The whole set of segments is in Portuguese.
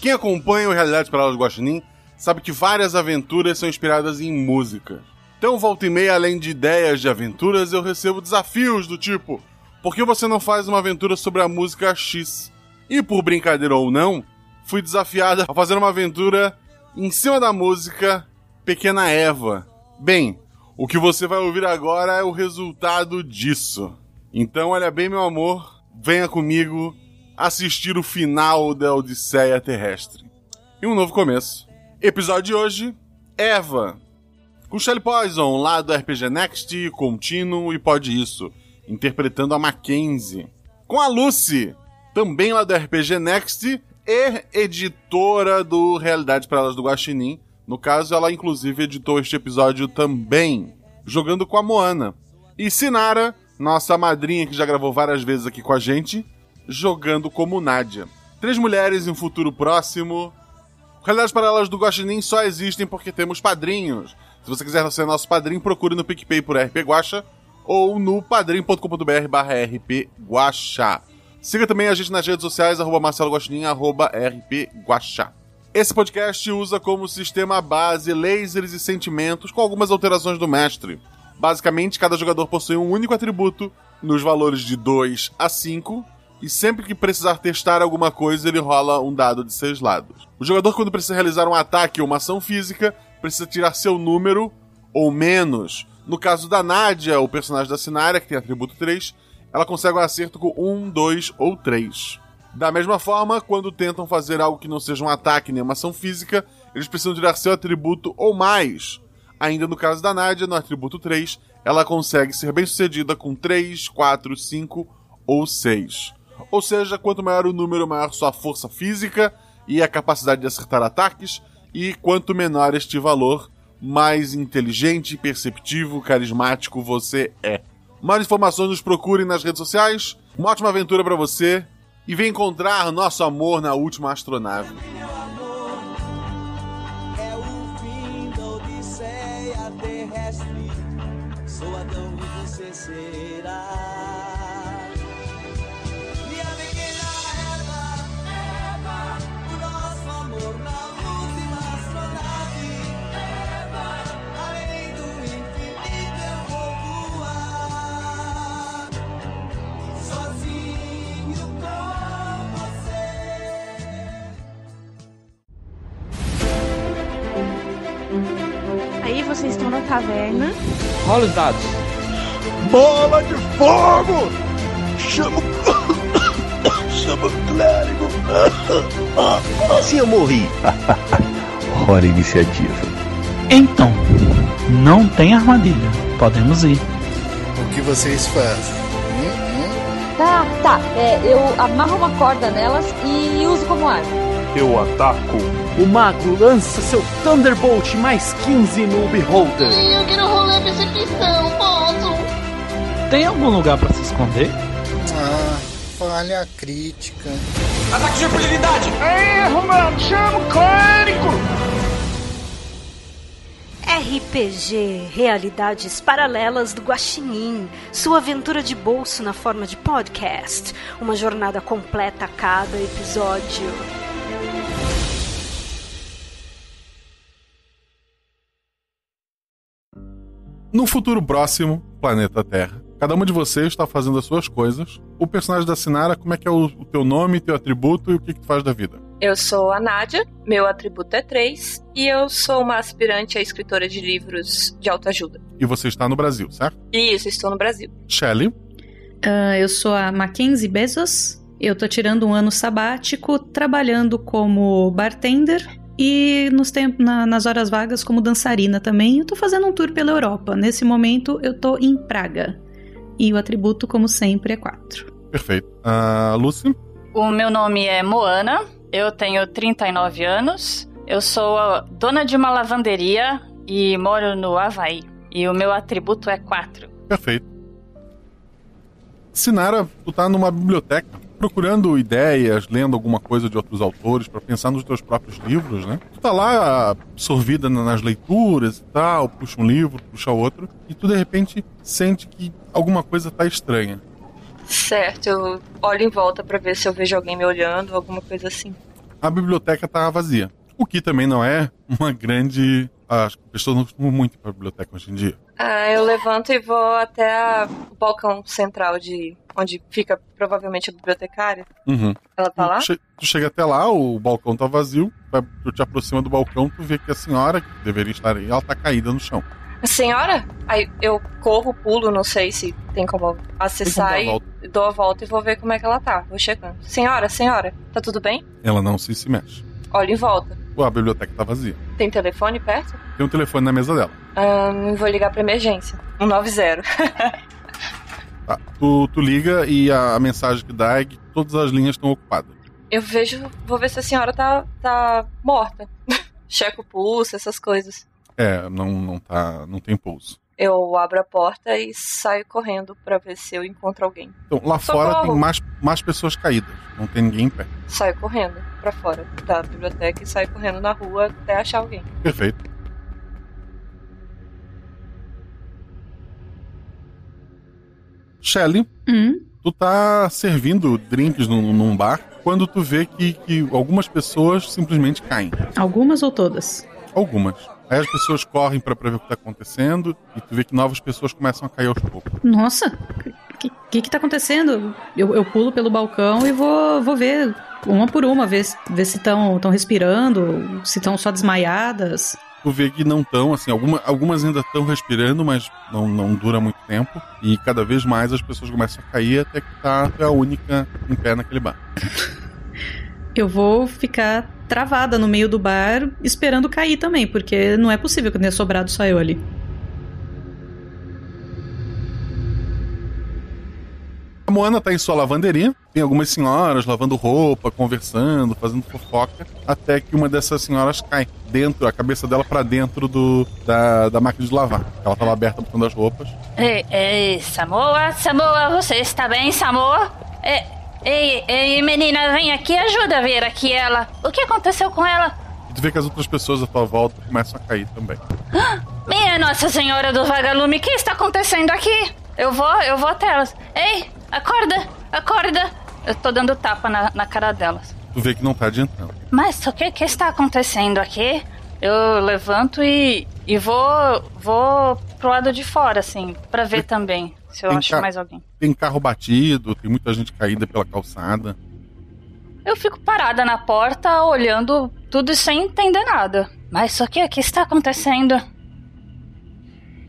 Quem acompanha o Realidade Paralela do Guaxinim sabe que várias aventuras são inspiradas em música. Então, volta e meia, além de ideias de aventuras, eu recebo desafios do tipo: por que você não faz uma aventura sobre a música X? E por brincadeira ou não, fui desafiada a fazer uma aventura em cima da música Pequena Eva. Bem, o que você vai ouvir agora é o resultado disso. Então, olha bem, meu amor, venha comigo assistir o final da Odisseia Terrestre. E um novo começo. Episódio de hoje: Eva. Com Shelley Poison, um lá do RPG Next, Continuo e Pode Isso, interpretando a Mackenzie. Com a Lucy, também lá do RPG Next e editora do Realidade para Elas do Guaxinim. No caso, ela inclusive editou este episódio também, jogando com a Moana. E Sinara, nossa madrinha que já gravou várias vezes aqui com a gente, jogando como Nádia. Três mulheres em um futuro próximo. Realidades Paralelas do Guaxinim só existem porque temos padrinhos. Se você quiser ser nosso padrinho, procure no PicPay por RP Guacha ou no padrim.com.br barra RP Guacha. Siga também a gente nas redes sociais, arroba Marcelo Guaxinim, arroba RP Guaxa. Esse podcast usa como sistema base lasers e sentimentos, com algumas alterações do mestre. Basicamente, cada jogador possui um único atributo, nos valores de 2 a 5, e sempre que precisar testar alguma coisa, ele rola um dado de seis lados. O jogador, quando precisa realizar um ataque ou uma ação física, precisa tirar seu número ou menos. No caso da Nádia, o personagem da Sinara, que tem atributo 3, ela consegue um acerto com 1, 2 ou 3. Da mesma forma, quando tentam fazer algo que não seja um ataque nem uma ação física, eles precisam tirar seu atributo ou mais. Ainda no caso da Nádia, no atributo 3, ela consegue ser bem sucedida com 3, 4, 5 ou 6. Ou seja, quanto maior o número, maior sua força física e a capacidade de acertar ataques, e quanto menor este valor, mais inteligente, perceptivo, carismático você é. Mais informações nos procurem nas redes sociais. Uma ótima aventura para você e vem encontrar nosso amor na última astronave. Meu amor é o fim da Odisseia terrestre. Sou Adão e você será. E a pequena Eva, o nosso amor na última astronave. Além do infinito é eu vou voar. Sozinho com você. Aí vocês estão na taverna. Rola os dados. Bola de fogo! Chama o... Chama o clérigo! Se eu morri! Hora iniciativa. Então, não tem armadilha. Podemos ir. O que vocês fazem? Hum, hum. Tá, tá. É, eu amarro uma corda nelas e uso como arma. Eu ataco. O mago lança seu Thunderbolt mais 15 no Beholder. Sim, eu quero um rolar percepção, posso? Tem algum lugar pra se esconder? Ah, falha crítica. Ataque de impunidade! RPG Realidades Paralelas do Guaxinim. Sua aventura de bolso na forma de podcast. Uma jornada completa a cada episódio. No futuro próximo, planeta Terra, cada uma de vocês está fazendo as suas coisas. O personagem da Sinara, como é que é o, o teu nome, teu atributo e o que, que tu faz da vida? Eu sou a Nádia, meu atributo é 3, e eu sou uma aspirante a escritora de livros de autoajuda. E você está no Brasil, certo? E isso, estou no Brasil. Shelley, Ah, eu sou a Mackenzie Bezos. Eu tô tirando um ano sabático, trabalhando como bartender e nos tem- na- nas horas vagas como dançarina também. Eu tô fazendo um tour pela Europa. Nesse momento eu tô em Praga. E o atributo, como sempre, é 4. perfeito. Ah, Lucy, O meu nome é Moana, eu tenho 39 anos, eu sou a dona de uma lavanderia e moro no Havaí. E o meu atributo é 4. perfeito. Sinara, tu tá numa biblioteca procurando ideias, lendo alguma coisa de outros autores para pensar nos teus próprios livros, né? Tu tá lá absorvida na- nas leituras e tal, puxa um livro, puxa outro, e tu de repente sente que alguma coisa tá estranha. Certo, eu olho em volta pra ver se eu vejo alguém me olhando, alguma coisa assim. a biblioteca tá vazia. O que também não é uma grande. As pessoas não costumam muito ir pra biblioteca hoje em dia. Ah, eu levanto e vou até a- o balcão central de onde fica provavelmente a bibliotecária. Uhum. Ela tá lá? Tu, che- tu chega até lá, o balcão tá vazio. vai- Tu te aproxima do balcão, tu vê que a senhora, que deveria estar aí, ela tá caída no chão. Senhora? Aí eu corro, pulo, não sei se tem como acessar Tem como dar a e dou a volta e vou ver como é que ela tá. Vou chegando. Senhora, senhora, tá tudo bem? Ela não se, se mexe. Olha em volta. Ué, A biblioteca tá vazia. Tem telefone perto? Tem um telefone na mesa dela. Ahn, vou ligar pra emergência. 190. Tá. Tu, tu liga e a, a mensagem que dá é que todas as linhas estão ocupadas. eu vejo, vou ver se a senhora tá, tá morta. Checo o pulso, essas coisas. É, não, não tá. Não tem pouso. Eu abro a porta e saio correndo pra ver se eu encontro alguém. Então, lá Socorro! fora tem mais, mais pessoas caídas. Não tem ninguém em pé. Saio correndo pra fora da biblioteca e saio correndo na rua até achar alguém. Perfeito. Shelly, Hum? tu tá servindo drinks num, num bar quando tu vê que, que algumas pessoas simplesmente caem. Algumas ou todas? Algumas. Aí as pessoas correm pra pra ver o que tá acontecendo e tu vê que novas pessoas começam a cair aos poucos. Nossa, o que, que que tá acontecendo? Eu, eu pulo pelo balcão e vou, vou ver uma por uma, ver, se- ver se estão tão respirando, se estão só desmaiadas. Tu vê que não estão, assim, alguma, algumas ainda estão respirando, mas não, não dura muito tempo. E cada vez mais as pessoas começam a cair até que tá tu é a única em pé naquele bar. Eu vou ficar travada no meio do bar, esperando cair também, porque não é possível que tenha sobrado só eu ali. A Moana tá em sua lavanderia, tem algumas senhoras lavando roupa, conversando, fazendo fofoca, até que uma dessas senhoras cai dentro, a cabeça dela pra dentro do, da, da máquina de lavar. Ela tava aberta botando as roupas. Ei, ei, Samoa, Samoa, você está bem, Samoa? Ei, ei, ei, menina, vem aqui, ajuda a ver aqui ela. O que aconteceu com ela? E tu vê que as outras pessoas à tua volta começam a cair também. Ah, Minha Nossa Senhora do Vagalume, o que está acontecendo aqui? Eu vou, eu vou até elas. Ei, acorda, acorda. Eu tô dando tapa na, na cara delas. Tu vê que não tá adiantando. Mas o que, que está acontecendo aqui? Eu levanto e, e vou, vou pro lado de fora, assim, pra ver também se eu Tem acho ca- mais alguém. Tem carro batido, tem muita gente caída pela calçada. Eu fico parada na porta, olhando tudo sem entender nada. Mas o que, o que está acontecendo?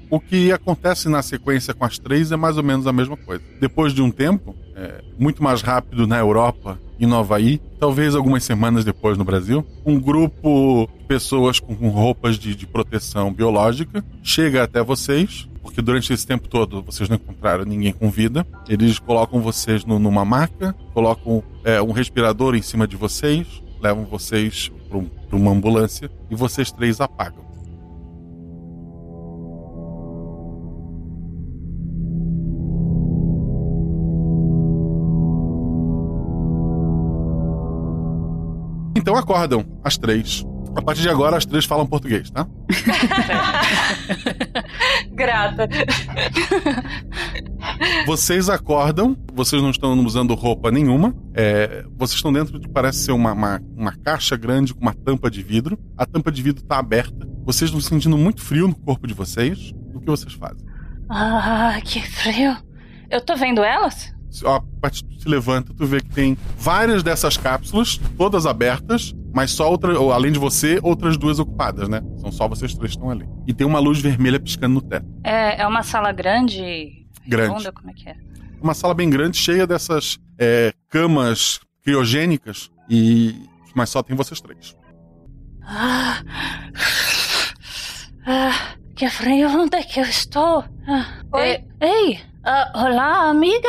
O que acontece na sequência com as três é mais ou menos a mesma coisa. Depois de um tempo, é, muito mais rápido na Europa e no Havaí, talvez algumas semanas depois no Brasil, um grupo de pessoas com com roupas de, de proteção biológica chega até vocês, porque durante esse tempo todo vocês não encontraram ninguém com vida. Eles colocam vocês no- numa maca, colocam é, um respirador em cima de vocês, levam vocês para uma ambulância e vocês três apagam. Então acordam, as três. A partir de agora, as três falam português, tá? Grata. Vocês acordam, vocês não estão usando roupa nenhuma. é, vocês estão dentro de parece ser uma, uma, uma caixa grande com uma tampa de vidro. A tampa de vidro está aberta. Vocês estão sentindo muito frio no corpo de vocês. O que vocês fazem? Ah, que frio. Eu tô vendo elas? Se- ó, A partir que tu se levanta, tu vê que tem várias dessas cápsulas, todas abertas, mas só outra, ou além de você, outras duas ocupadas, né? São só vocês três que estão ali. E tem uma luz vermelha piscando no teto. É, é uma sala grande? Grande. Redonda, como é que é? uma sala bem grande, cheia dessas é, camas criogênicas, e mas só tem vocês três. Ah, ah, que frio, onde é que eu estou? Ah, Oi? Ei, ah, olá, amiga.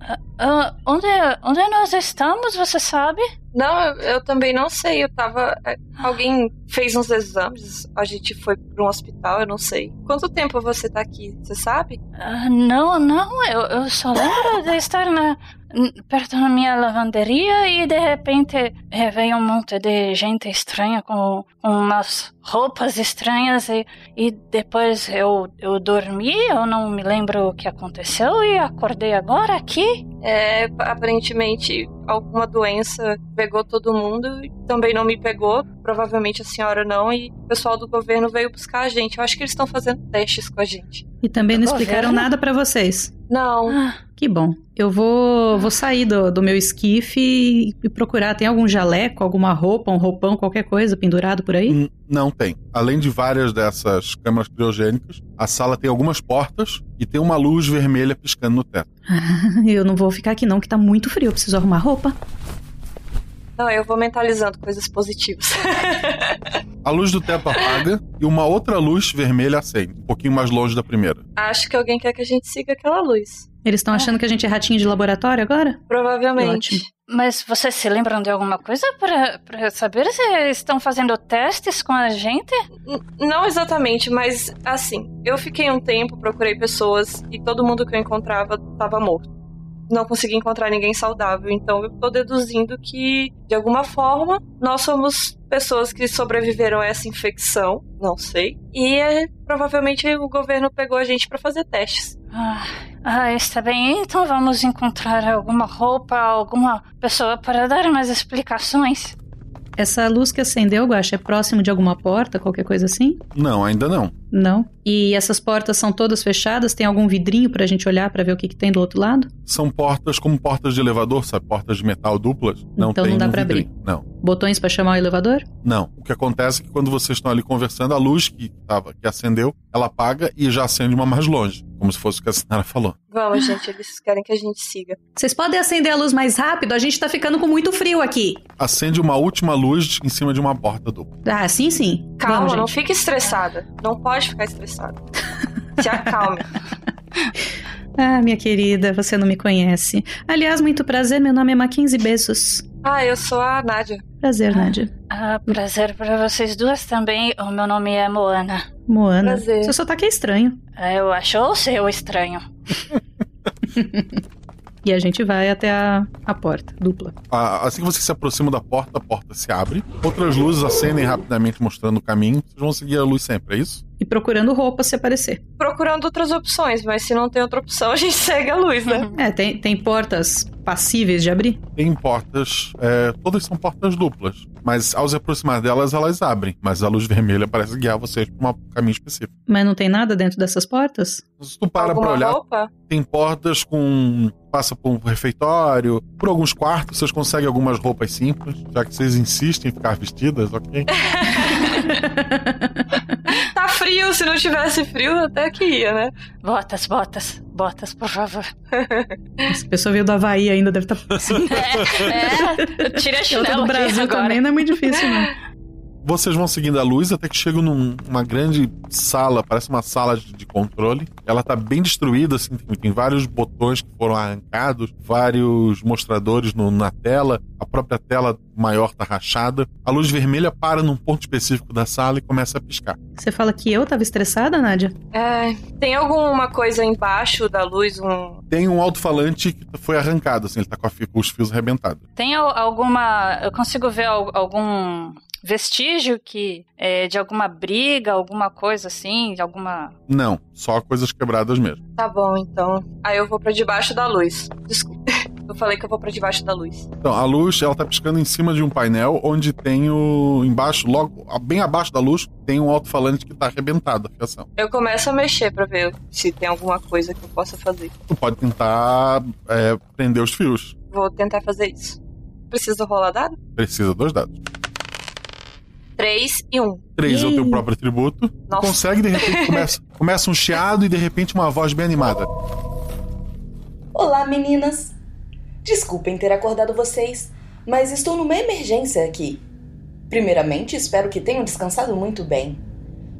Ah, ah, onde, onde nós estamos, você sabe? Não, eu, eu também não sei. Eu tava. é, Alguém fez uns exames, a gente foi pra um hospital, eu não sei. Quanto tempo você tá aqui? Você sabe? Ah, não, não, eu, eu só lembro de estar na, n- perto da minha lavanderia e de repente eh, veio um monte de gente estranha com, com umas roupas estranhas e, e depois eu, eu dormi, eu não me lembro o que aconteceu e acordei agora aqui. É, aparentemente alguma doença pegou todo mundo, também não me pegou, provavelmente a senhora não, e o pessoal do governo veio buscar a gente. Eu acho que eles estão fazendo testes com a gente. E também não explicaram Governo? nada pra vocês. Tá Não. Que bom. Eu vou, vou sair do, do meu esquife e, e procurar. Tem algum jaleco, alguma roupa, um roupão, qualquer coisa pendurado por aí? Hum, Não tem. Além de várias dessas câmaras criogênicas, a sala tem algumas portas e tem uma luz vermelha piscando no teto. Eu não vou ficar aqui não, que tá muito frio. Eu preciso arrumar roupa. Não, eu vou mentalizando coisas positivas. A luz do teto apaga e uma outra luz vermelha acende, um pouquinho mais longe da primeira. acho que alguém quer que a gente siga aquela luz. Ah. Eles estão achando que a gente é ratinho de laboratório agora? Provavelmente. Mas vocês se lembram de alguma coisa pra, pra saber se estão fazendo testes com a gente? N- Não exatamente, mas assim, eu fiquei um tempo, procurei pessoas e todo mundo que eu encontrava estava morto. Não consegui encontrar ninguém saudável, então eu tô deduzindo que, de alguma forma, nós somos pessoas que sobreviveram a essa infecção, não sei, e é, provavelmente o governo pegou a gente para fazer testes. Ah, ah, está bem. Então vamos encontrar alguma roupa, alguma pessoa para dar mais explicações. Essa luz que acendeu, Guaxa, é próximo de alguma porta, qualquer coisa assim? Não, ainda não. Não. E essas portas são todas fechadas? Tem algum vidrinho pra gente olhar pra ver o que, que tem do outro lado? São portas como portas de elevador, sabe? Portas de metal duplas. Não Então tem não dá um pra vidrinho. Não. Botões pra chamar o elevador? Não. O que acontece é que quando vocês estão ali conversando, a luz que, tava, que acendeu, ela apaga e já acende uma mais longe. Como se fosse o que a Sinara falou. Vamos, gente, eles querem que a gente siga. Vocês podem acender a luz mais rápido? A gente tá ficando com muito frio aqui. Acende uma última luz em cima de uma porta dupla. Ah, sim, sim. Calma, Vamos, não gente. fique estressada. Não pode ficar estressada. Se acalme. Ah, minha querida, você não me conhece. Aliás, muito prazer, meu nome é Mackenzie Bezos. Ah, eu sou a Nádia. Prazer, Nádia. Ah, prazer para vocês duas também. O meu nome é Moana. Moana. Prazer. Seu sotaque é estranho. Ah, Eu acho o seu estranho. E a gente vai até a, a porta dupla. A- Assim que você se aproxima da porta, a porta se abre. Outras luzes acendem rapidamente, mostrando o caminho. Vocês vão seguir a luz sempre, é isso? E procurando roupa se aparecer. procurando outras opções, mas se não tem outra opção, a gente segue a luz, né? É, tem, tem portas passíveis de abrir? Tem portas, é, todas são portas duplas. Mas ao se aproximar delas, elas abrem. Mas a luz vermelha parece guiar vocês para um caminho específico. Mas não tem nada dentro dessas portas? Se tu para pra olhar, tem portas com. passa por um refeitório, por alguns quartos, vocês conseguem algumas roupas simples, já que vocês insistem em ficar vestidas, ok? Tá frio, se não tivesse frio, até que ia, né? Botas, botas, botas, por favor. Essa pessoa veio do Havaí ainda, deve tá estar passando. É, eu tirei a Eu tô chinela do aqui Brasil agora. também, não é muito difícil, não. Vocês vão seguindo a luz até que chegam numa grande sala, parece uma sala de, de controle. Ela tá bem destruída, assim, tem, tem vários botões que foram arrancados, vários mostradores no- na tela, a própria tela maior tá rachada. A luz vermelha para num ponto específico da sala e começa a piscar. Você fala que eu tava estressada, Nádia? É, tem alguma coisa embaixo da luz, um... Tem um alto-falante que foi arrancado, assim, ele tá com, a fi- com os fios arrebentados. Tem al- alguma. Eu consigo ver al- algum vestígio que é, de alguma briga, alguma coisa assim, de alguma. Não, só coisas quebradas mesmo. Tá bom, então. Aí eu vou pra debaixo da luz. Desculpa. Eu falei que eu vou pra debaixo da luz. Então, a luz, ela tá piscando em cima de um painel onde tem o. Embaixo, logo, a- bem abaixo da luz, tem um alto-falante que tá arrebentado, a fiação. Eu começo a mexer pra ver se tem alguma coisa que eu possa fazer. Tu pode tentar é, prender os fios. Vou tentar fazer isso. Preciso rolar dado? Precisa dois dados. Três e um. Três é o teu próprio atributo. Tu Nossa. Consegue, de repente, começa, começa um chiado e de repente uma voz bem animada. Olá, meninas! Desculpem ter acordado vocês, mas estou numa emergência aqui. Primeiramente, espero que tenham descansado muito bem.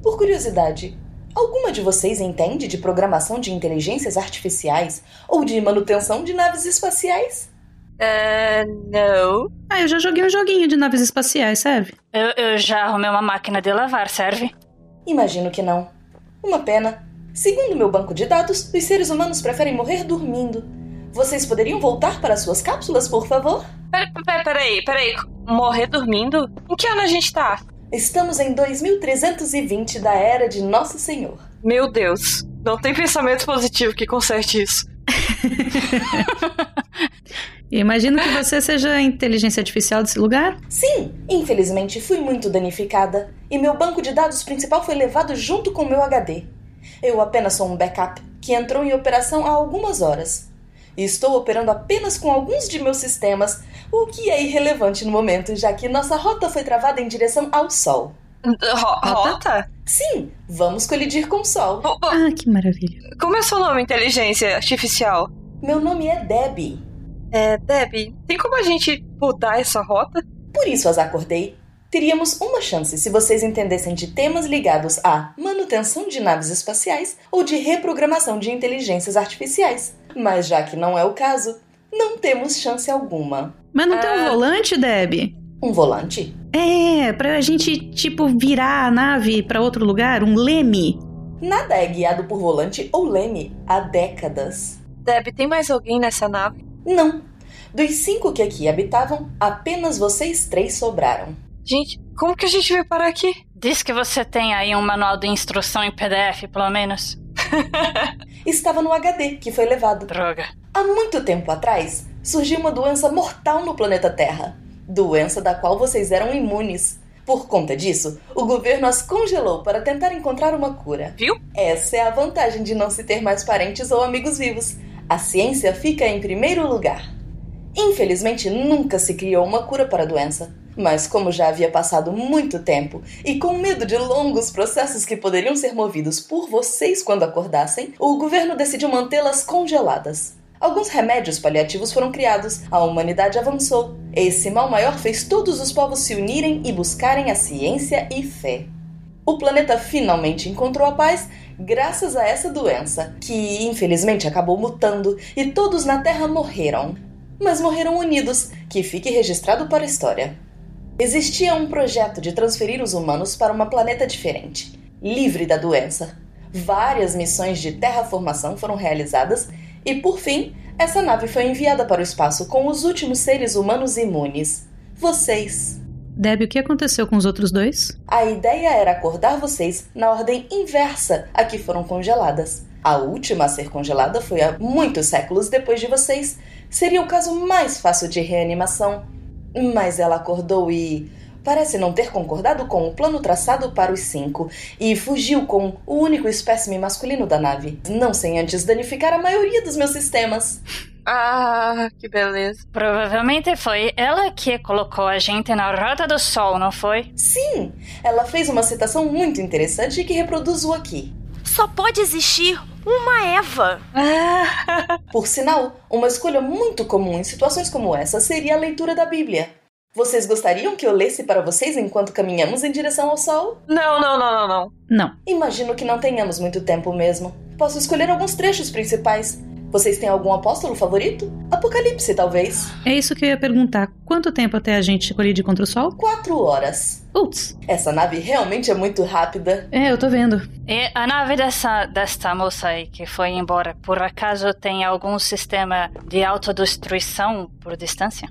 Por curiosidade, alguma de vocês entende de programação de inteligências artificiais ou de manutenção de naves espaciais? É. Não. Ah, eu já joguei um joguinho de naves espaciais, serve? Eu, eu já arrumei uma máquina de lavar, serve? Imagino que não. Uma pena. Segundo meu banco de dados, os seres humanos preferem morrer dormindo. Vocês poderiam voltar para suas cápsulas, por favor? Pera, pera, peraí, peraí. Morrer dormindo? Em que ano a gente tá? Estamos em 2320 da era de Nosso Senhor. Meu Deus, não tem pensamento positivo que conserte isso. Imagino que você seja a inteligência artificial desse lugar? Sim, infelizmente fui muito danificada e meu banco de dados principal foi levado junto com meu HD. Eu apenas sou um backup que entrou em operação há algumas horas. E Estou operando apenas com alguns de meus sistemas, o que é irrelevante no momento, já que nossa rota foi travada em direção ao Sol. Rota? Sim, vamos colidir com o Sol. Ah, que maravilha. Como é seu nome, inteligência artificial? Meu nome é Debbie. É, Debbie, tem como a gente mudar essa rota? Por isso as acordei. Teríamos uma chance se vocês entendessem de temas ligados à manutenção de naves espaciais ou de reprogramação de inteligências artificiais. Mas já que não é o caso, não temos chance alguma. Mas não tem Ah. um volante, Deb? Um volante? É, pra gente, tipo, virar a nave pra outro lugar, um leme. Nada é guiado por volante ou leme há décadas. Deb, tem mais alguém nessa nave? Não. Dos cinco que aqui habitavam, apenas vocês três sobraram. Gente, como que a gente veio parar aqui? Diz que você tem aí um manual de instrução em PDF, pelo menos. Estava no HD que foi levado. Droga. Há muito tempo atrás, surgiu uma doença mortal no planeta Terra. Doença da qual vocês eram imunes. Por conta disso, o governo as congelou para tentar encontrar uma cura. Viu? Essa é a vantagem de não se ter mais parentes ou amigos vivos. A ciência fica em primeiro lugar. Infelizmente, nunca se criou uma cura para a doença. Mas, como já havia passado muito tempo e com medo de longos processos que poderiam ser movidos por vocês quando acordassem, o governo decidiu mantê-las congeladas. Alguns remédios paliativos foram criados, a humanidade avançou. Esse mal maior fez todos os povos se unirem e buscarem a ciência e fé. O planeta finalmente encontrou a paz graças a essa doença, que infelizmente acabou mutando e todos na Terra morreram. Mas morreram unidos, que fique registrado para a história. Existia um projeto de transferir os humanos para uma planeta diferente, livre da doença. Várias missões de terraformação foram realizadas e, por fim, essa nave foi enviada para o espaço com os últimos seres humanos imunes. Vocês. Deb, o que aconteceu com os outros dois? A ideia era acordar vocês na ordem inversa a que foram congeladas. A última a ser congelada foi há muitos séculos depois de vocês. Seria o caso mais fácil de reanimação. Mas ela acordou e. Parece não ter concordado com o plano traçado para os cinco e fugiu com o único espécime masculino da nave, não sem antes danificar a maioria dos meus sistemas. Ah, que beleza. Provavelmente foi ela que colocou a gente na Rota do Sol, não foi? Sim, ela fez uma citação muito interessante que reproduzo aqui. Só pode existir uma Eva. Por sinal, uma escolha muito comum em situações como essa seria a leitura da Bíblia. Vocês gostariam que eu lesse para vocês enquanto caminhamos em direção ao sol? Não, não, não, não, não. Não. Imagino que não tenhamos muito tempo mesmo. Posso escolher alguns trechos principais. Vocês têm algum apóstolo favorito? Apocalipse, talvez. É isso que eu ia perguntar. Quanto tempo até a gente colide contra o sol? Quatro horas. Putz. Essa nave realmente é muito rápida. É, eu tô vendo. E a nave dessa, desta moça aí que foi embora, por acaso tem algum sistema de autodestruição por distância?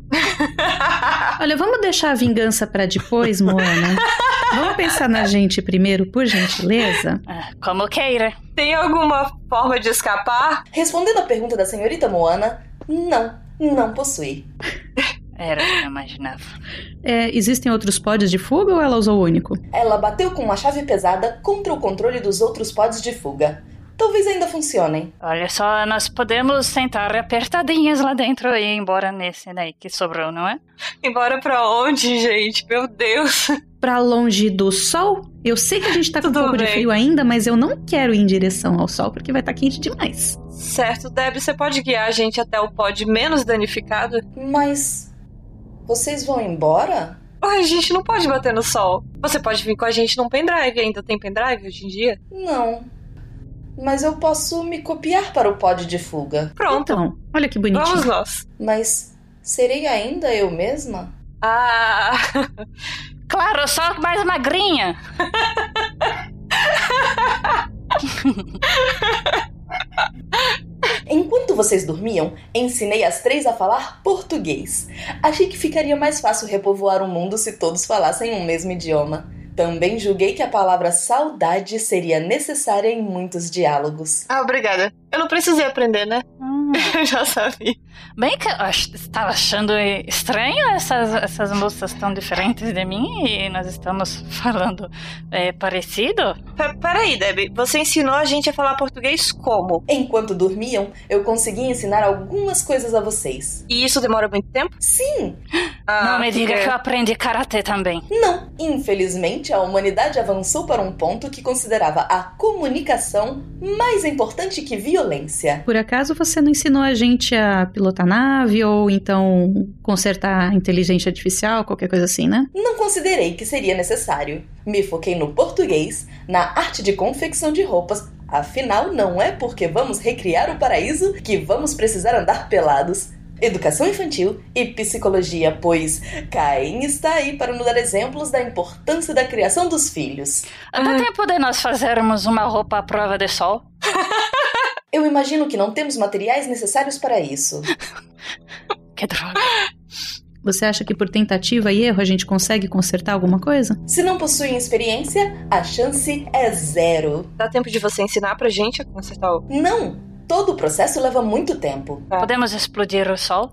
Ah. Olha, vamos deixar a vingança pra depois, Moana. vamos pensar na gente primeiro, por gentileza? Ah, Como queira. Tem alguma forma de escapar? Respondendo à pergunta da senhorita Moana, não, não possui. Era o que eu imaginava. É, existem outros pods de fuga ou ela usou o único? Ela bateu com uma chave pesada contra o controle dos outros pods de fuga. Talvez ainda funcionem. Olha só, nós podemos sentar apertadinhas lá dentro e ir embora nesse daí que sobrou, não é? Embora pra onde, gente? Meu Deus. Pra longe do sol? Eu sei que a gente tá com um Tudo pouco de bem. frio ainda, mas eu não quero ir em direção ao sol porque vai estar quente demais. Certo, Deb, você pode guiar a gente até o pod menos danificado? Mas. Vocês vão embora? Ai, A gente não pode bater no sol. Você pode vir com a gente num pendrive. Ainda tem pendrive hoje em dia? Não. Mas eu posso me copiar para o pod de fuga. Pronto. Então, olha que bonitinho. Vamos nós. Mas serei ainda eu mesma? Ah, Claro, só mais magrinha. Enquanto vocês dormiam, ensinei as três a falar português. Achei que ficaria mais fácil repovoar o mundo se todos falassem um mesmo idioma. Também julguei que a palavra saudade seria necessária em muitos diálogos. ah, obrigada. Eu não precisei aprender, né? Hum, Eu já sabia. Bem que eu ach- estava achando estranho essas, essas moças tão diferentes de mim e nós estamos falando é, parecido. Pe- Peraí, Debbie, você ensinou a gente a falar português como? Enquanto dormiam, eu consegui ensinar algumas coisas a vocês. E isso demora muito tempo? Ah, Sim! Não me diga que eu aprendi karatê também. Não! Infelizmente, a humanidade avançou para um ponto que considerava a comunicação mais importante que violência. Por acaso você não ensinou a gente a pilotar nave ou então consertar inteligência artificial, qualquer coisa assim, né? Não considerei que seria necessário. Me foquei no português, na arte de confecção de roupas. Afinal, não é porque vamos recriar o paraíso que vamos precisar andar pelados. Educação infantil e psicologia, pois Caim está aí para nos dar exemplos da importância da criação dos filhos. Dá tempo de nós fazermos uma roupa à prova de sol? Eu imagino que não temos materiais necessários para isso. Que droga. Você acha que por tentativa e erro a gente consegue consertar alguma coisa? Se não possuem experiência, a chance é zero. Dá tempo de você ensinar pra gente a consertar o. Tá. Não! Todo o processo leva muito tempo. Podemos explodir o sol?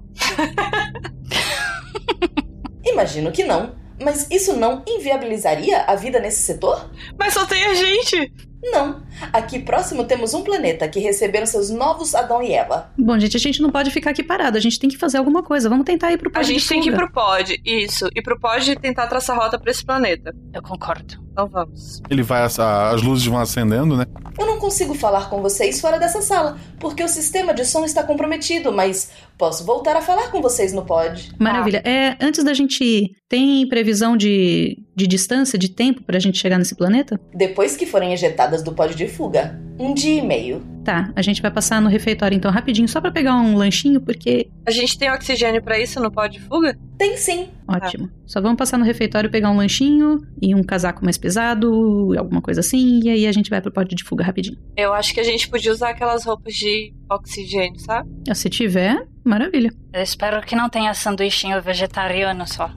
Imagino que não. Mas isso não inviabilizaria a vida nesse setor? Mas só tem a gente! Não. Aqui próximo temos um planeta que receberam seus novos Adão e Eva. Bom, gente, a gente não pode ficar aqui parado, a gente tem que fazer alguma coisa. Vamos tentar ir pro A Pode gente tem que ir Fuga. pro pod, isso. E pro pod tentar traçar rota pra esse planeta. Eu concordo. Então vamos. Ele vai, assa- as luzes vão acendendo, né? Eu não consigo falar com vocês fora dessa sala, porque o sistema de som está comprometido, mas posso voltar a falar com vocês no pod. Maravilha. É, antes da gente ir, tem previsão de, de distância, de tempo pra gente chegar nesse planeta? Depois que forem ejetadas do pod de fuga, um dia e meio. Tá, a gente vai passar no refeitório então rapidinho, só pra pegar um lanchinho, porque. A gente tem oxigênio pra isso no pod de fuga? Tem sim. Tá. Ótimo. Só vamos passar no refeitório, pegar um lanchinho e um casaco mais pesado, e alguma coisa assim, e aí a gente vai pro pote de fuga rapidinho. Ah, Eu acho que a gente podia usar aquelas roupas de oxigênio, sabe? Ah, Se tiver, maravilha. Eu espero que não tenha sanduichinho vegetariano só.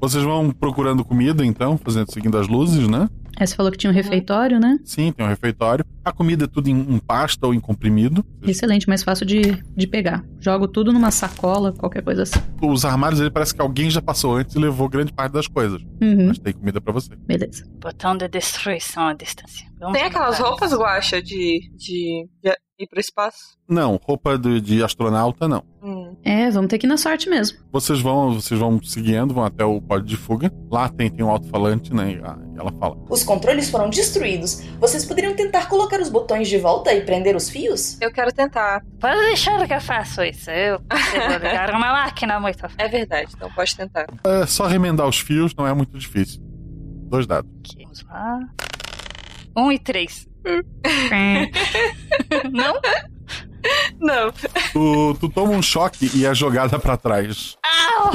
Vocês vão procurando comida, então, fazendo, seguindo as luzes, né? É, você falou que Uhum. tinha um refeitório, né? Sim, tem um refeitório. A comida é tudo em, em pasta ou em comprimido. Excelente, mais fácil de, de pegar. Jogo tudo numa sacola, qualquer coisa assim. Os armários, ele parece que alguém já passou antes e levou grande parte das coisas. Uhum. Mas tem comida pra você. Beleza. Botão de destruição à distância. Vamos Tem aquelas botar roupas, guacha, de, de, de ir pro espaço? Não, roupa de, de astronauta, não. Hum. É, vamos ter que ir na sorte mesmo. Vocês vão, vocês vão seguindo, vão até o pódio de fuga. Lá tem, tem um alto-falante, né? E a- e ela fala. Os controles foram destruídos. Vocês poderiam tentar colocar os botões de volta e prender os fios? Eu quero tentar. Pode deixar que eu faço isso. Eu consigo ligar uma máquina muito fácil. É verdade, então pode tentar. É só remendar os fios, não é muito difícil. Dois dados. Vamos lá. Um e três. não? Não. Tu, tu toma um choque e é jogada pra trás.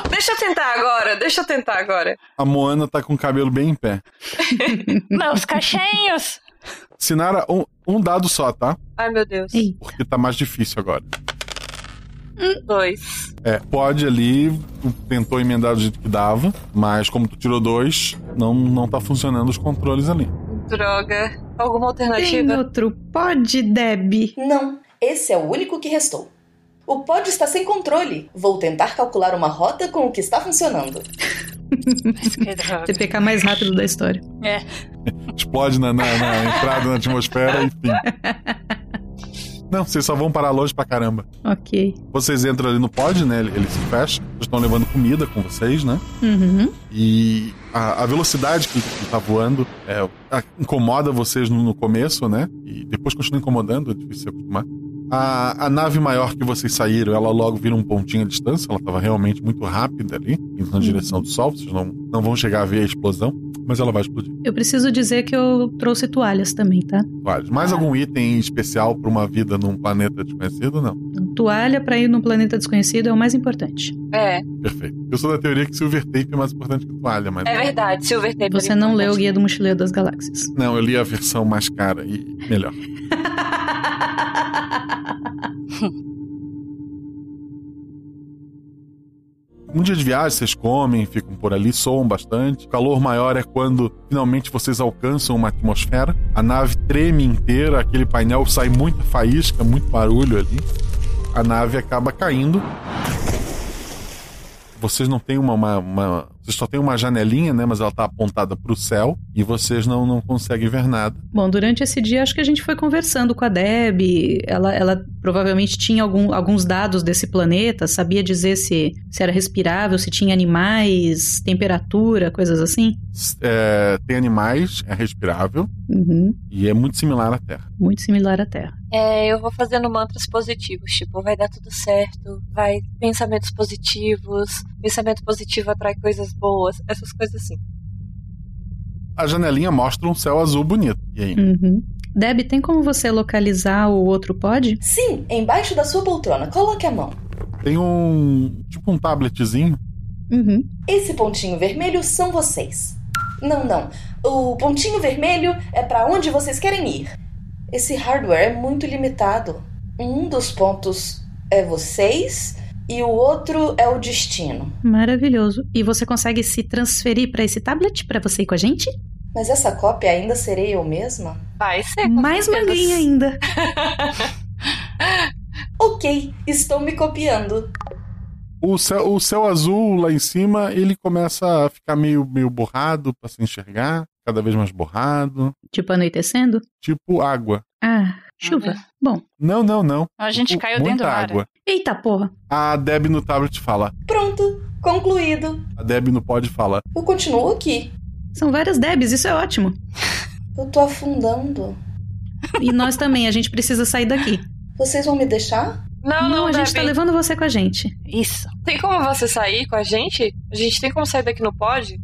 Deixa eu tentar agora, deixa eu tentar agora. A Moana tá com o cabelo bem em pé. Meus cachinhos! Sinara, um, um dado só, tá? Ai, meu Deus. Porque tá mais difícil agora. Dois. É, pode ali, tu tentou emendar do jeito que dava, mas como tu tirou dois, não, não tá funcionando os controles ali. Droga. Alguma Tem alternativa? outro pod, Deb. Não, esse é o único que restou. O pod está sem controle. Vou tentar calcular uma rota com o que está funcionando. Que droga. TPK mais rápido da história. É. Explode na, na- na entrada, na atmosfera, enfim. Não, vocês só vão parar longe pra caramba. Ok. Vocês entram ali no pod, né? Ele, ele se fecha. Vocês estão levando comida com vocês, né? Uhum. E a, a velocidade que, que tá voando é, a- incomoda vocês no, no começo, né? E depois continua incomodando, é difícil se acostumar. A, a nave maior que vocês saíram, ela logo vira um pontinho à distância, ela tava realmente muito rápida ali, indo na direção do sol, vocês não, não vão chegar a ver a explosão, mas ela vai explodir. Eu preciso dizer que eu trouxe toalhas também, tá? Vários. Mais algum item especial pra uma vida num planeta desconhecido? Não. Toalha pra ir num planeta desconhecido é o mais importante. É, Perfeito. Eu sou da teoria que silver tape é mais importante que toalha, mas. é verdade. Silver Tape. Você não leu o Guia do Mochileiro das Galáxias. Não, eu li a versão mais cara e melhor. Um dia de viagem, vocês comem, ficam por ali, soam bastante. O calor maior é quando finalmente vocês alcançam uma atmosfera. A nave treme inteira, aquele painel sai muita faísca, muito barulho ali. a nave acaba caindo. Vocês não têm uma, uma, uma- Vocês só têm uma janelinha, né? Mas ela tá apontada pro céu e vocês não, não conseguem ver nada. Bom, durante esse dia acho que a gente foi conversando com a Deb. Ela, ela provavelmente tinha algum- alguns dados desse planeta, sabia dizer se, se era respirável, se tinha animais, temperatura, coisas assim. É, tem animais, é respirável Uhum, e é muito similar à Terra. muito similar à Terra. É, eu vou fazendo mantras positivos, tipo, vai dar tudo certo, vai pensamentos positivos, pensamento positivo atrai coisas boas, essas coisas assim. A janelinha mostra um céu azul bonito. E aí? Uhum. Deb, tem como você localizar o outro pod? Sim, embaixo da sua poltrona, coloque a mão. Tem um. Tipo um tabletzinho. Uhum. Esse pontinho vermelho são vocês. Não, não. O pontinho vermelho é pra onde vocês querem ir. Esse hardware é muito limitado. Um dos pontos é vocês e o outro é o destino. Maravilhoso. E você consegue se transferir pra esse tablet pra você ir com a gente? Mas essa cópia ainda serei eu mesma? Vai ser. Mais manguinha ainda. ok, estou me copiando. O céu, o céu azul lá em cima, ele começa a ficar meio, meio borrado pra se enxergar, cada vez mais borrado. Tipo anoitecendo? Tipo água. Ah, chuva. Bom. Não, não, não. A gente Tipo, caiu muita dentro do ar. água. Eita porra. A Deb no tablet fala. Pronto, concluído. A Deb no pod fala. Eu continuo aqui. São várias Debs, isso é ótimo. Eu tô afundando. E nós também, a gente precisa sair daqui. Vocês vão me deixar? Não, não, a gente Debbie. tá levando você com a gente. Isso. Tem como você sair com a gente? A gente tem como sair daqui no pod?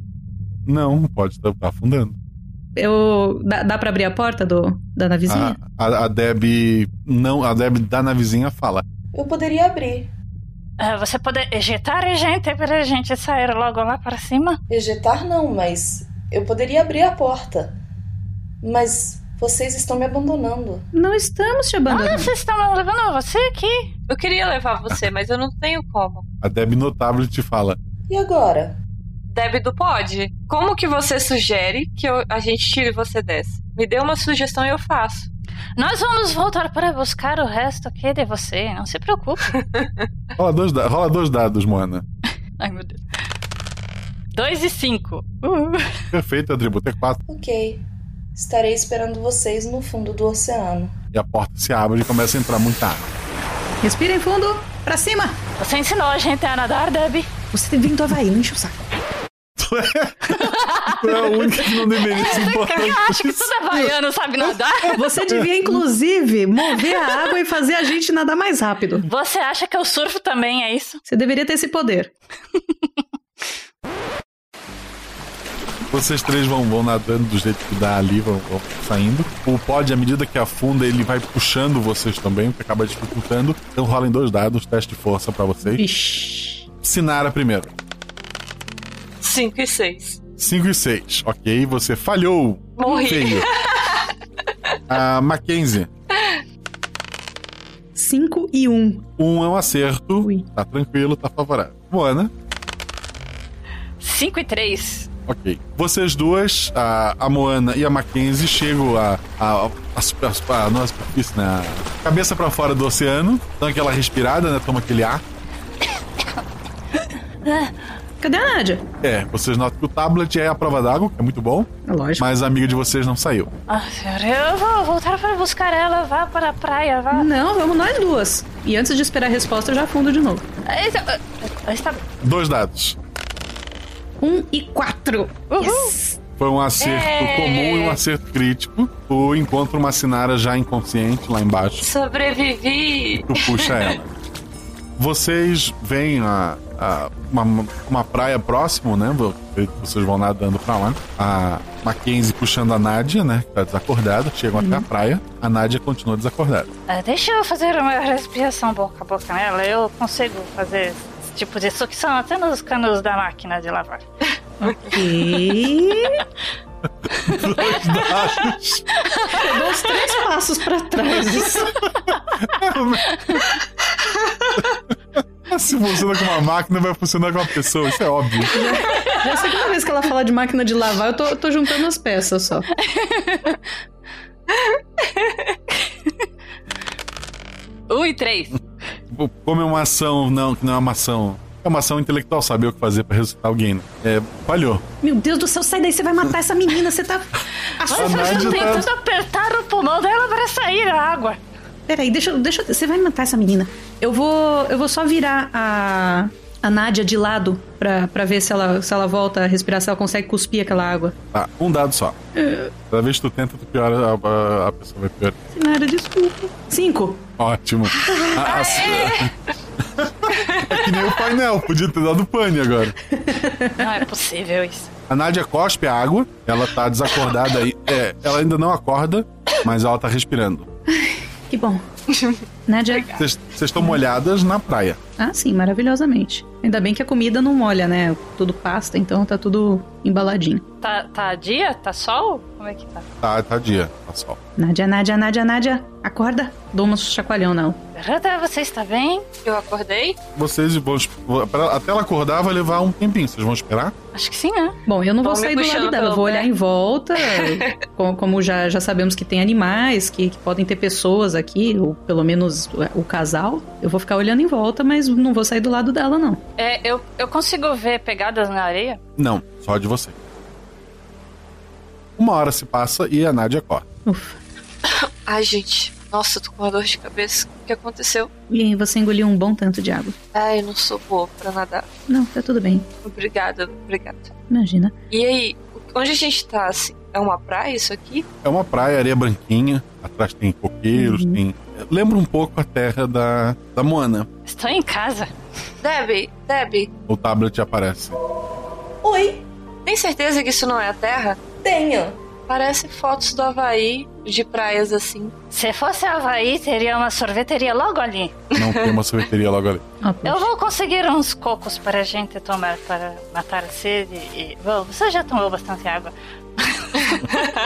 Não, o pod tá, tá afundando. Eu. Dá, dá pra abrir a porta do, da navezinha? A, a, a Deb. Não, a Deb da navezinha fala. Eu poderia abrir. Ah, você pode ejetar a gente pra gente sair logo lá para cima? Ejetar não, mas eu poderia abrir a porta. Mas vocês estão me abandonando. Não estamos te Olha, Ah, vocês estão levando você aqui. Eu queria levar você, mas eu não tenho como. A Deb no tablet fala. E agora? Deb do pod, como que você sugere que eu- a gente tire você dessa? Me dê uma sugestão e eu faço. Nós vamos voltar para buscar o resto aqui de você, não se preocupe. Rola dois, da- rola dois dados, Moana. Ai, meu Deus. 2 e 5. Perfeito, atributo é quatro. Ok. Estarei esperando vocês no fundo do oceano. E a porta se abre e começa a entrar muita água. Respirem fundo, pra cima! Você ensinou a gente a nadar, Debbie. Você tem vindo do Havaí, não enche o saco. é? Tu é a única que não deveria se importar. Eu acho que tudo havaiano sabe nadar. Você devia, inclusive, mover a água e fazer a gente nadar mais rápido. Você acha que eu surfo também, é isso? Você deveria ter esse poder. Vocês três vão, vão nadando do jeito que dá ali, vão, vão saindo. O pod, à medida que afunda, ele vai puxando vocês também, o que acaba dificultando. Então rolem dois dados, teste de força pra vocês. Sinara primeiro. 5 e 6. 5 e 6. Ok, você falhou. Morri. Feio. A Mackenzie. 5 e 1. Um. Um é um acerto. Tá tranquilo, tá favorável. Moana. 5 e 3. Ok. Vocês duas, a, a Moana e a Mackenzie, chegam a, a, a, super- a, super- a, não, a superfície, né? A Cabeça pra fora do oceano, dão aquela respirada, né? Toma aquele ar. É. Cadê a Nádia? É, vocês notam que o tablet é a prova d'água, que é muito bom. Lógico. Mas a amiga de vocês não saiu. Ah, senhora, eu vou voltar para buscar ela. Vá para a praia, vá. Não, vamos nós duas. E antes de esperar a resposta, eu já afundo de novo. Ah, isso- ah, ah, Está... Dois dados. 1 um e 4. Foi um acerto É. comum e um acerto crítico. Tu encontra uma Sinara já inconsciente lá embaixo. Sobrevivi. Tu puxa ela. Vocês veem a, a- uma, uma praia próximo, né? Vo- Vocês vão nadando pra lá. A Mackenzie puxando a Nádia, né? Que tá desacordada. Chegam até a praia. A Nádia continua desacordada. Ah, deixa eu fazer uma respiração boca a boca nela. Eu consigo fazer esse tipo de sucção até nos canos da máquina de lavar. E. Dois dados. Eu dou os três passos pra trás. Se funciona com uma máquina, vai funcionar com uma pessoa. Isso é óbvio. Já é a segunda vez que ela fala de máquina de lavar, eu tô, tô juntando as peças só. Um e três. como é uma ação, não, que não é uma ação. É uma ação intelectual saber o que fazer pra ressuscitar alguém. né? É, falhou. Meu Deus do céu, sai daí, você vai matar essa menina, você tá. Mas vocês estão Assustada. tentando apertar o pulmão dela para sair a água. Peraí, deixa, eu- deixa eu- Você vai matar essa menina. Eu vou. Eu vou só virar a. A Nádia de lado pra, pra ver se ela, se ela volta a respirar, se ela consegue cuspir aquela água. Tá, um dado só. É. Cada vez que tu tenta, tu piora, a, a- a pessoa vai piorar. Sinara, desculpa. Cinco. Ótimo. A- a- é que nem o painel, podia ter dado pane agora. Não é possível isso. A Nádia cospe a água, ela tá desacordada aí. É, ela ainda não acorda, mas ela tá respirando. Que bom. Nádia. Vocês vocês estão molhadas na praia. Ah, sim, maravilhosamente. Ainda bem que a comida não molha, né? Tudo pasta, então tá tudo embaladinho. Tá, tá dia? Tá sol? Como é que tá? Tá, tá dia, tá sol. Nádia, Nádia, Nádia, Nádia, acorda. Dou um chacoalhão, não. Rada, você está bem? Eu acordei? Vocês vão. es- pra- Até ela acordar vai levar um tempinho. Vocês vão esperar? Acho que sim, né? Bom, eu não vou Tão me sair do puxando lado dela, eu pelo vou olhar pé. em volta. como como já, já sabemos que tem animais, que, que podem ter pessoas aqui, ou pelo menos é, o casal, eu vou ficar olhando em volta, mas não vou sair do lado dela, não. É, eu, eu consigo ver pegadas na areia? Não, só de você. Uma hora se passa e a Nádia acorda. Ai, gente. Nossa, eu tô com uma dor de cabeça. O que aconteceu? E aí você engoliu um bom tanto de água. Ai, eu não sou boa pra nadar. Não, tá tudo bem. Obrigada, obrigada. Imagina. E aí, onde a gente tá, assim? É uma praia isso aqui? É uma praia, areia branquinha. Atrás tem coqueiros, tem. Lembra um pouco a terra da, da Moana. Estou em casa. Debbie, Debbie, O tablet aparece. Oi. Tem certeza que isso não é a Terra? Tenho. Parece fotos do Havaí, de praias assim. Se fosse Havaí, teria uma sorveteria logo ali. Não tem uma sorveteria logo ali. Eu vou conseguir uns cocos para a gente tomar para matar a sede e. Bom, você já tomou bastante água.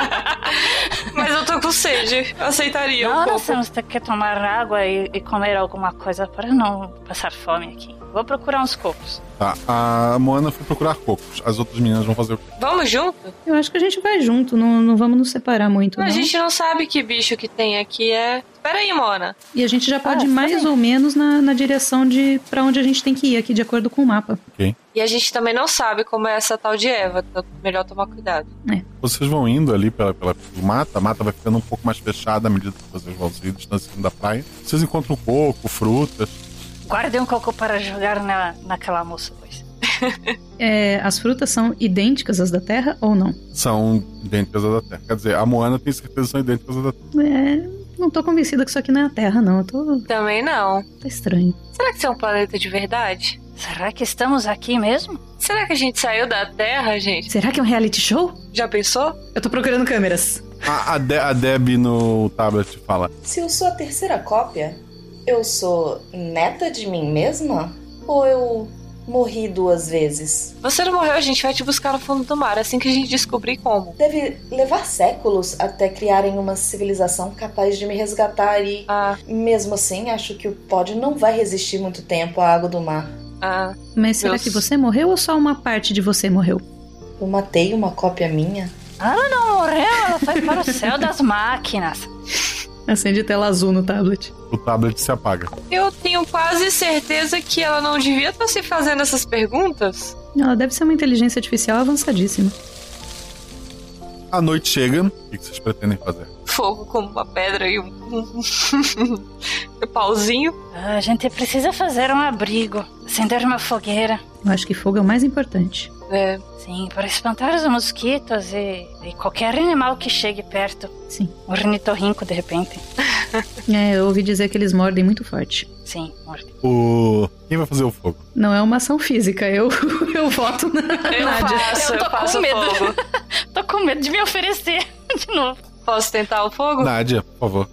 Mas eu tô com sede. Aceitaria. Não, um nós pouco. temos que tomar água e, e comer alguma coisa para não passar fome aqui. Vou procurar uns cocos. Tá, a Moana foi procurar cocos. As outras meninas vão fazer o quê? Vamos junto? Eu acho que a gente vai junto, não, não vamos nos separar muito. A não. gente não sabe que bicho que tem aqui é. Pera aí, Mona. E a gente já Ah, pode ir mais ou menos na, na direção de para onde a gente tem que ir aqui, de acordo com o mapa. E a gente também não sabe como é essa tal de Eva. Então melhor tomar cuidado. Vocês vão indo ali pela, pela mata, a mata vai ficando um pouco mais fechada à medida que vocês vão se distanciando da praia. Vocês encontram coco, frutas. Guarde um coco para jogar na, naquela moça, pois. É, as frutas são idênticas às da Terra ou não? São idênticas à da Terra. Quer dizer, a Moana tem certeza que são idênticas à da Terra. É, não tô convencida que isso aqui não é a Terra, não. Eu tô. Também não. Tá estranho. Será que isso é um planeta de verdade? Será que estamos aqui mesmo? Será que a gente saiu da Terra, gente? Será que é um reality show? Já pensou? Eu tô procurando câmeras. A, a, De- a Deb no tablet fala: Se eu sou a terceira cópia, eu sou neta de mim mesma? Ou eu morri duas vezes? Você não morreu, a gente vai te buscar no fundo do mar assim que a gente descobrir como. Deve levar séculos até criarem uma civilização capaz de me resgatar e, Ah. mesmo assim, acho que o pod não vai resistir muito tempo à água do mar. Ah, Mas será que você morreu ou só uma parte de você morreu? Eu matei uma cópia minha? Ela não morreu, ela foi para o céu das máquinas. Acende tela azul no tablet. O tablet se apaga. Eu tenho quase certeza que ela não devia estar se fazendo essas perguntas. Ela deve ser uma inteligência artificial avançadíssima. A noite chega, o que que vocês pretendem fazer? Fogo como uma pedra e um, um pauzinho. A gente precisa fazer um abrigo, acender uma fogueira. Eu acho que fogo é o mais importante. É. Sim, para espantar os mosquitos e, e qualquer animal que chegue perto. Sim. Um ornitorrinco, de repente. É, eu ouvi dizer que eles mordem muito forte. Sim, morte. O... Quem vai fazer o fogo? Não é uma ação física, eu, eu voto na Eu Nádia. faço, eu faço fogo. tô com medo de me oferecer de novo. Posso tentar o fogo? Nádia, por favor.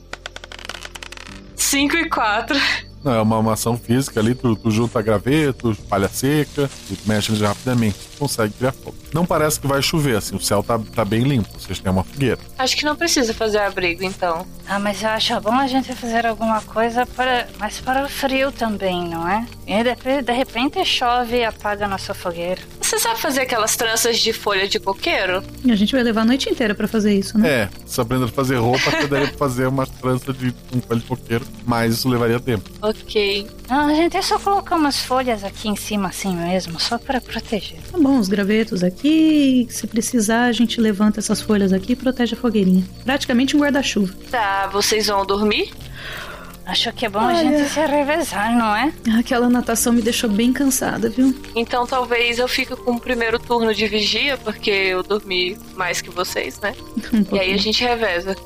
5 e 4. Não, é uma, uma ação física ali, tu, tu junta graveto, palha seca, e tu mexe eles rapidamente, tu consegue criar fogo. Não parece que vai chover, assim, o céu tá, tá bem limpo, vocês têm uma fogueira. Acho que não precisa fazer abrigo, então. Ah, mas eu acho bom a gente fazer alguma coisa para, mas para o frio também, não é? E de, de repente chove e apaga nosso fogueiro. Você sabe fazer aquelas tranças de folha de coqueiro? E a gente vai levar a noite inteira pra fazer isso, né? É, se aprender a fazer roupa, você daria pra fazer uma trança de um coelho de coqueiro, mas isso levaria tempo. Ô, Ok. Ah, a gente só colocou umas folhas aqui em cima assim mesmo, só para proteger. Tá bom, os gravetos aqui. Se precisar, a gente levanta essas folhas aqui e protege a fogueirinha. Praticamente um guarda-chuva. Tá, vocês vão dormir? Acho que é bom a gente se revezar, não é? Ah, Aquela natação me deixou bem cansada, viu? Um Então talvez eu fique com o primeiro turno de vigia, porque eu dormi mais que vocês, né? Um e aí a pouquinho. gente reveza.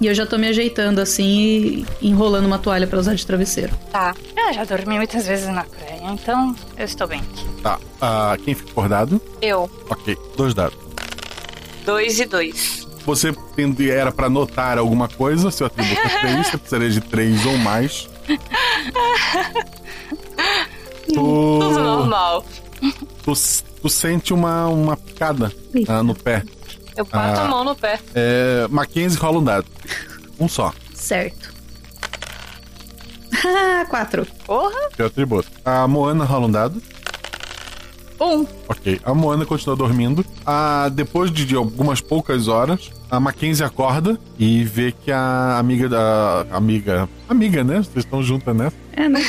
E eu já tô me ajeitando assim e enrolando uma toalha pra usar de travesseiro. Tá. Eu já dormi muitas vezes na praia, então eu estou bem. Tá. Ah, quem fica acordado? Eu. Ok. Dois dados. Dois e dois. Você tendo- era pra notar alguma coisa, seu atributo é três, você precisaria de três ou mais. Tu, Tudo normal. tu, tu sente uma, uma picada ah, no pé. Eu bato Ah, a mão no pé. É, Mackenzie rola um dado. Um só, Certo. Ah, quatro. Porra! seu atributo. A Moana rola um dado. Um. Ok. A Moana continua dormindo. Ah, depois de, de algumas poucas horas, a Mackenzie acorda e vê que a amiga da. Amiga. Amiga, né? Vocês estão juntas, né? É, né?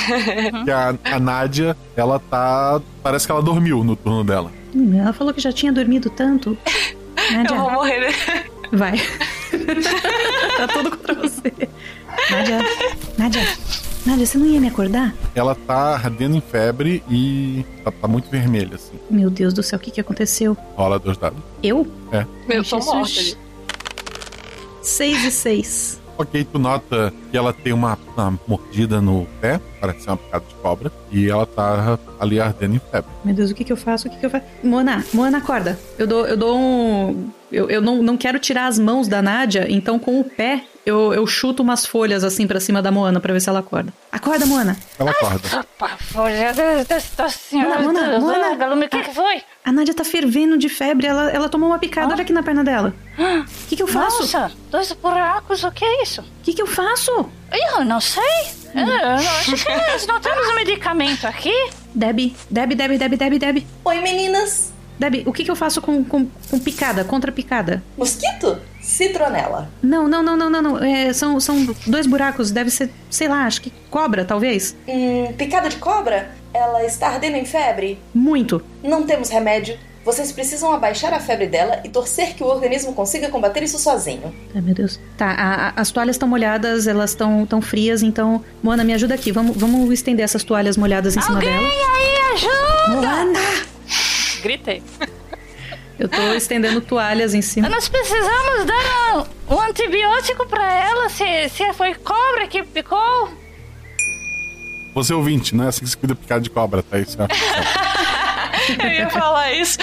Que a, a Nádia, ela tá. Parece que ela dormiu no turno dela. Hum, Ela falou que já tinha dormido tanto. Nádia, Eu vou morrer, né? vai. tá tudo contra você. Nádia, Nádia, Nádia, você não ia me acordar? Ela tá ardendo em febre e. Tá, tá muito vermelha, assim. Meu Deus do céu, o que, que aconteceu? Rola dois dados. Eu? É. Eu tô Jesus. morta. ali. Seis e seis. Ok, tu nota que ela tem uma, uma mordida no pé, parece ser uma picada de cobra, e ela tá ali ardendo em febre. Meu Deus, o que que eu faço? O que que eu faço? Moana, Moana, acorda. Eu dou, eu dou um... Eu, eu não, não quero tirar as mãos da Nádia, então com o pé eu, eu chuto umas folhas assim pra cima da Moana pra ver se ela acorda. Acorda, Moana. Ela acorda. Opa, folha da, da, da senhora Mona, do- do- Mona. Galume, o que, que foi? Ah. A Nádia tá fervendo de febre, ela, ela tomou uma picada, olha aqui na perna dela. O que que eu faço? Nossa, dois buracos, o que é isso? O que, que eu faço? Hum. Eu não sei. Eu, eu acho que nós não temos um medicamento aqui. Debbie, Debbie, Debbie, Debbie, Debbie, Debbie. Oi, meninas. Debbie, o que que eu faço com, com, com picada, contra picada? Mosquito? Citronela. Não, não, não, não, não, não. É, são, são dois buracos, deve ser, sei lá, acho que cobra, talvez. Hum, picada de cobra? Ela está ardendo em febre? Muito. Não temos remédio. Vocês precisam abaixar a febre dela e torcer que o organismo consiga combater isso sozinho. Ai, meu Deus. Tá, a- a- as toalhas estão molhadas, elas estão tão frias, então. Moana, me ajuda aqui. Vamos, vamos estender essas toalhas molhadas em cima dela. aí, ajuda! Moana! Gritei. Eu tô estendendo toalhas em cima. Nós precisamos dar um, um antibiótico pra ela se, se foi cobra que picou. Você é ouvinte, não é assim que se cuida picada de cobra, tá? Isso é uma ficção. Eu ia falar isso.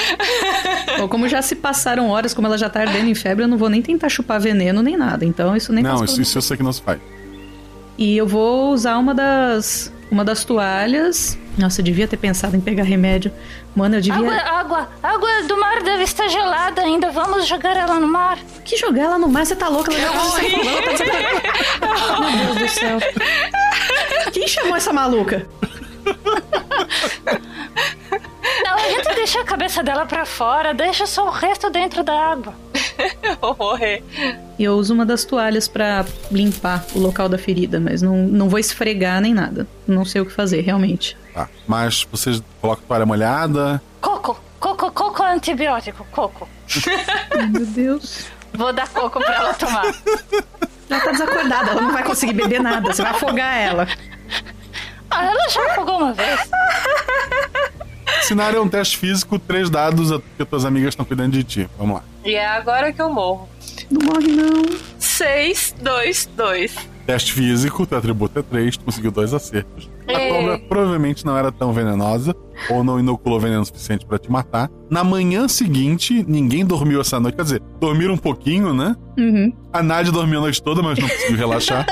Bom, como já se passaram horas, como ela já tá ardendo em febre, eu não vou nem tentar chupar veneno nem nada. Então isso nem não, passa isso, pela- isso eu sei que não se faz. E eu vou usar uma das. Uma das toalhas. Nossa, eu devia ter pensado em pegar remédio. Mano, eu devia. Água, água, água do mar deve estar gelada ainda. Vamos jogar ela no mar. Que jogar ela no mar? Você tá louca? Ela já tá morri. falando. Meu Deus do céu. Quem chamou essa maluca? Não, a gente deixa a cabeça dela pra fora, deixa só o resto dentro da água. Eu vou morrer. E eu uso uma das toalhas pra limpar o local da ferida, mas não, não vou esfregar nem nada. Não sei o que fazer, realmente. Tá. Mas vocês colocam a toalha molhada. Coco, coco, coco é antibiótico, coco. Meu Deus. Vou dar coco pra ela tomar. Ela tá desacordada, ela não vai conseguir beber nada, você vai afogar ela. Ah, ela já afogou uma vez. Sinara é um teste físico, três dados, porque tuas amigas estão cuidando de ti. Vamos lá. E é agora que eu morro. Não morre, não. Seis, dois, dois. Teste físico, teu atributo é três, tu conseguiu dois acertos. A É. Ei. cobra provavelmente não era tão venenosa, ou não inoculou veneno suficiente pra te matar. Na manhã seguinte, ninguém dormiu essa noite. Quer dizer, dormiram um pouquinho, né? Uhum. A Nádia dormiu a noite toda, mas não conseguiu relaxar.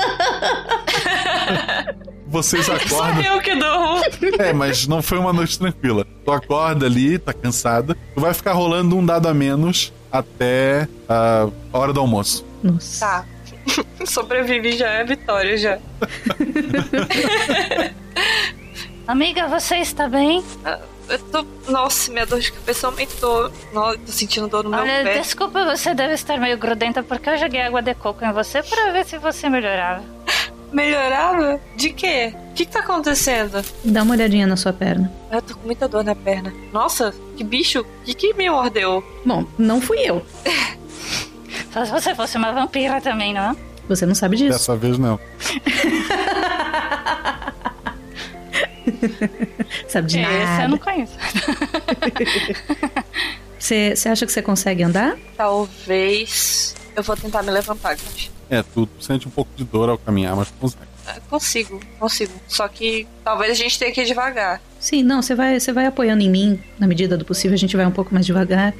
Vocês Só acordam. eu que durmo. É, mas não foi uma noite tranquila. Tu acorda ali, tá cansada. Tu vai ficar rolando um dado a menos até ah, a hora do almoço. Nossa. Tá. Sobrevivi já é vitória já. Amiga, você está bem? Ah, Eu tô. Nossa, minha dor de cabeça aumentou. Nossa, tô sentindo dor no Olha, meu pé. desculpa, você deve estar meio grudenta porque eu joguei água de coco em você pra ver se você melhorava. Melhorava? De quê? que, que tá acontecendo? Dá uma olhadinha na sua perna. Ah, Eu tô com muita dor na perna. Nossa, que bicho, o que, que me mordeu? Bom, não fui eu. Só se você fosse uma vampira também, não é? Você não sabe disso. Dessa vez não. Sabe de Esse eu nada. não conheço. Você você acha que você consegue andar? Talvez eu vou tentar me levantar, gente. É, tu sente um pouco de dor ao caminhar, mas tu consegue. Ah, Consigo, consigo. Só que talvez a gente tenha que ir devagar. Sim, não, você vai, você vai apoiando em mim, na medida do possível, a gente vai um pouco mais devagar.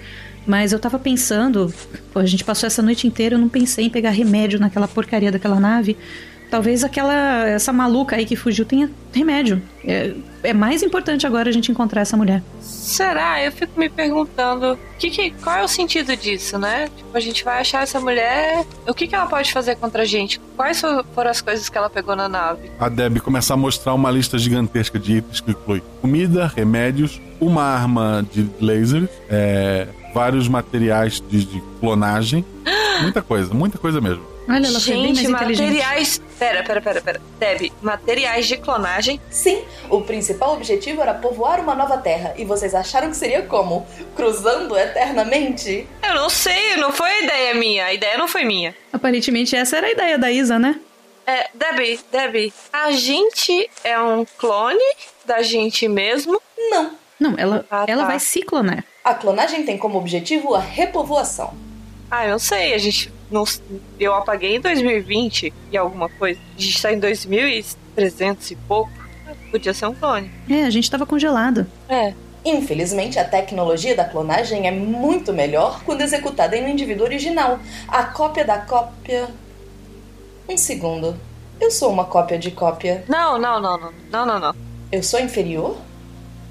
Mas eu tava pensando, pô, a gente passou essa noite inteira, eu não pensei em pegar remédio naquela porcaria daquela nave. Talvez aquela, essa maluca aí que fugiu tenha remédio. É, é mais importante agora a gente encontrar essa mulher. Será? Eu fico me perguntando que que, qual é o sentido disso, né? Tipo, a gente vai achar essa mulher. O que, que ela pode fazer contra a gente? Quais fo- foram as coisas que ela pegou na nave? A Deb começa a mostrar uma lista gigantesca de itens que inclui comida, remédios, uma arma de laser, é, vários materiais de, de clonagem, muita coisa, muita coisa mesmo. Olha, ela foi bem gente, mais inteligente. materiais. Pera, pera, pera, pera. Deb, materiais de clonagem. Sim, o principal objetivo era povoar uma nova terra. E vocês acharam que seria como? Cruzando eternamente? Eu não sei, não foi ideia minha. A ideia não foi minha. Aparentemente essa era a ideia da Isa, né? É, Debbie, Debbie, a gente é um clone da gente mesmo? Ah, tá. Não. Não, ela, ela vai se clonar. A clonagem tem como objetivo a repovoação. Ah, eu não sei, a gente. Não, eu apaguei em 2020 e alguma coisa. A gente tá em 2300 e pouco. Podia ser um clone. É, a gente tava congelada. É. Infelizmente, a tecnologia da clonagem é muito melhor quando executada em um indivíduo original. A cópia da cópia. Um segundo. Eu sou uma cópia de cópia. Não, não, não, não. Não, não, não. Eu sou inferior?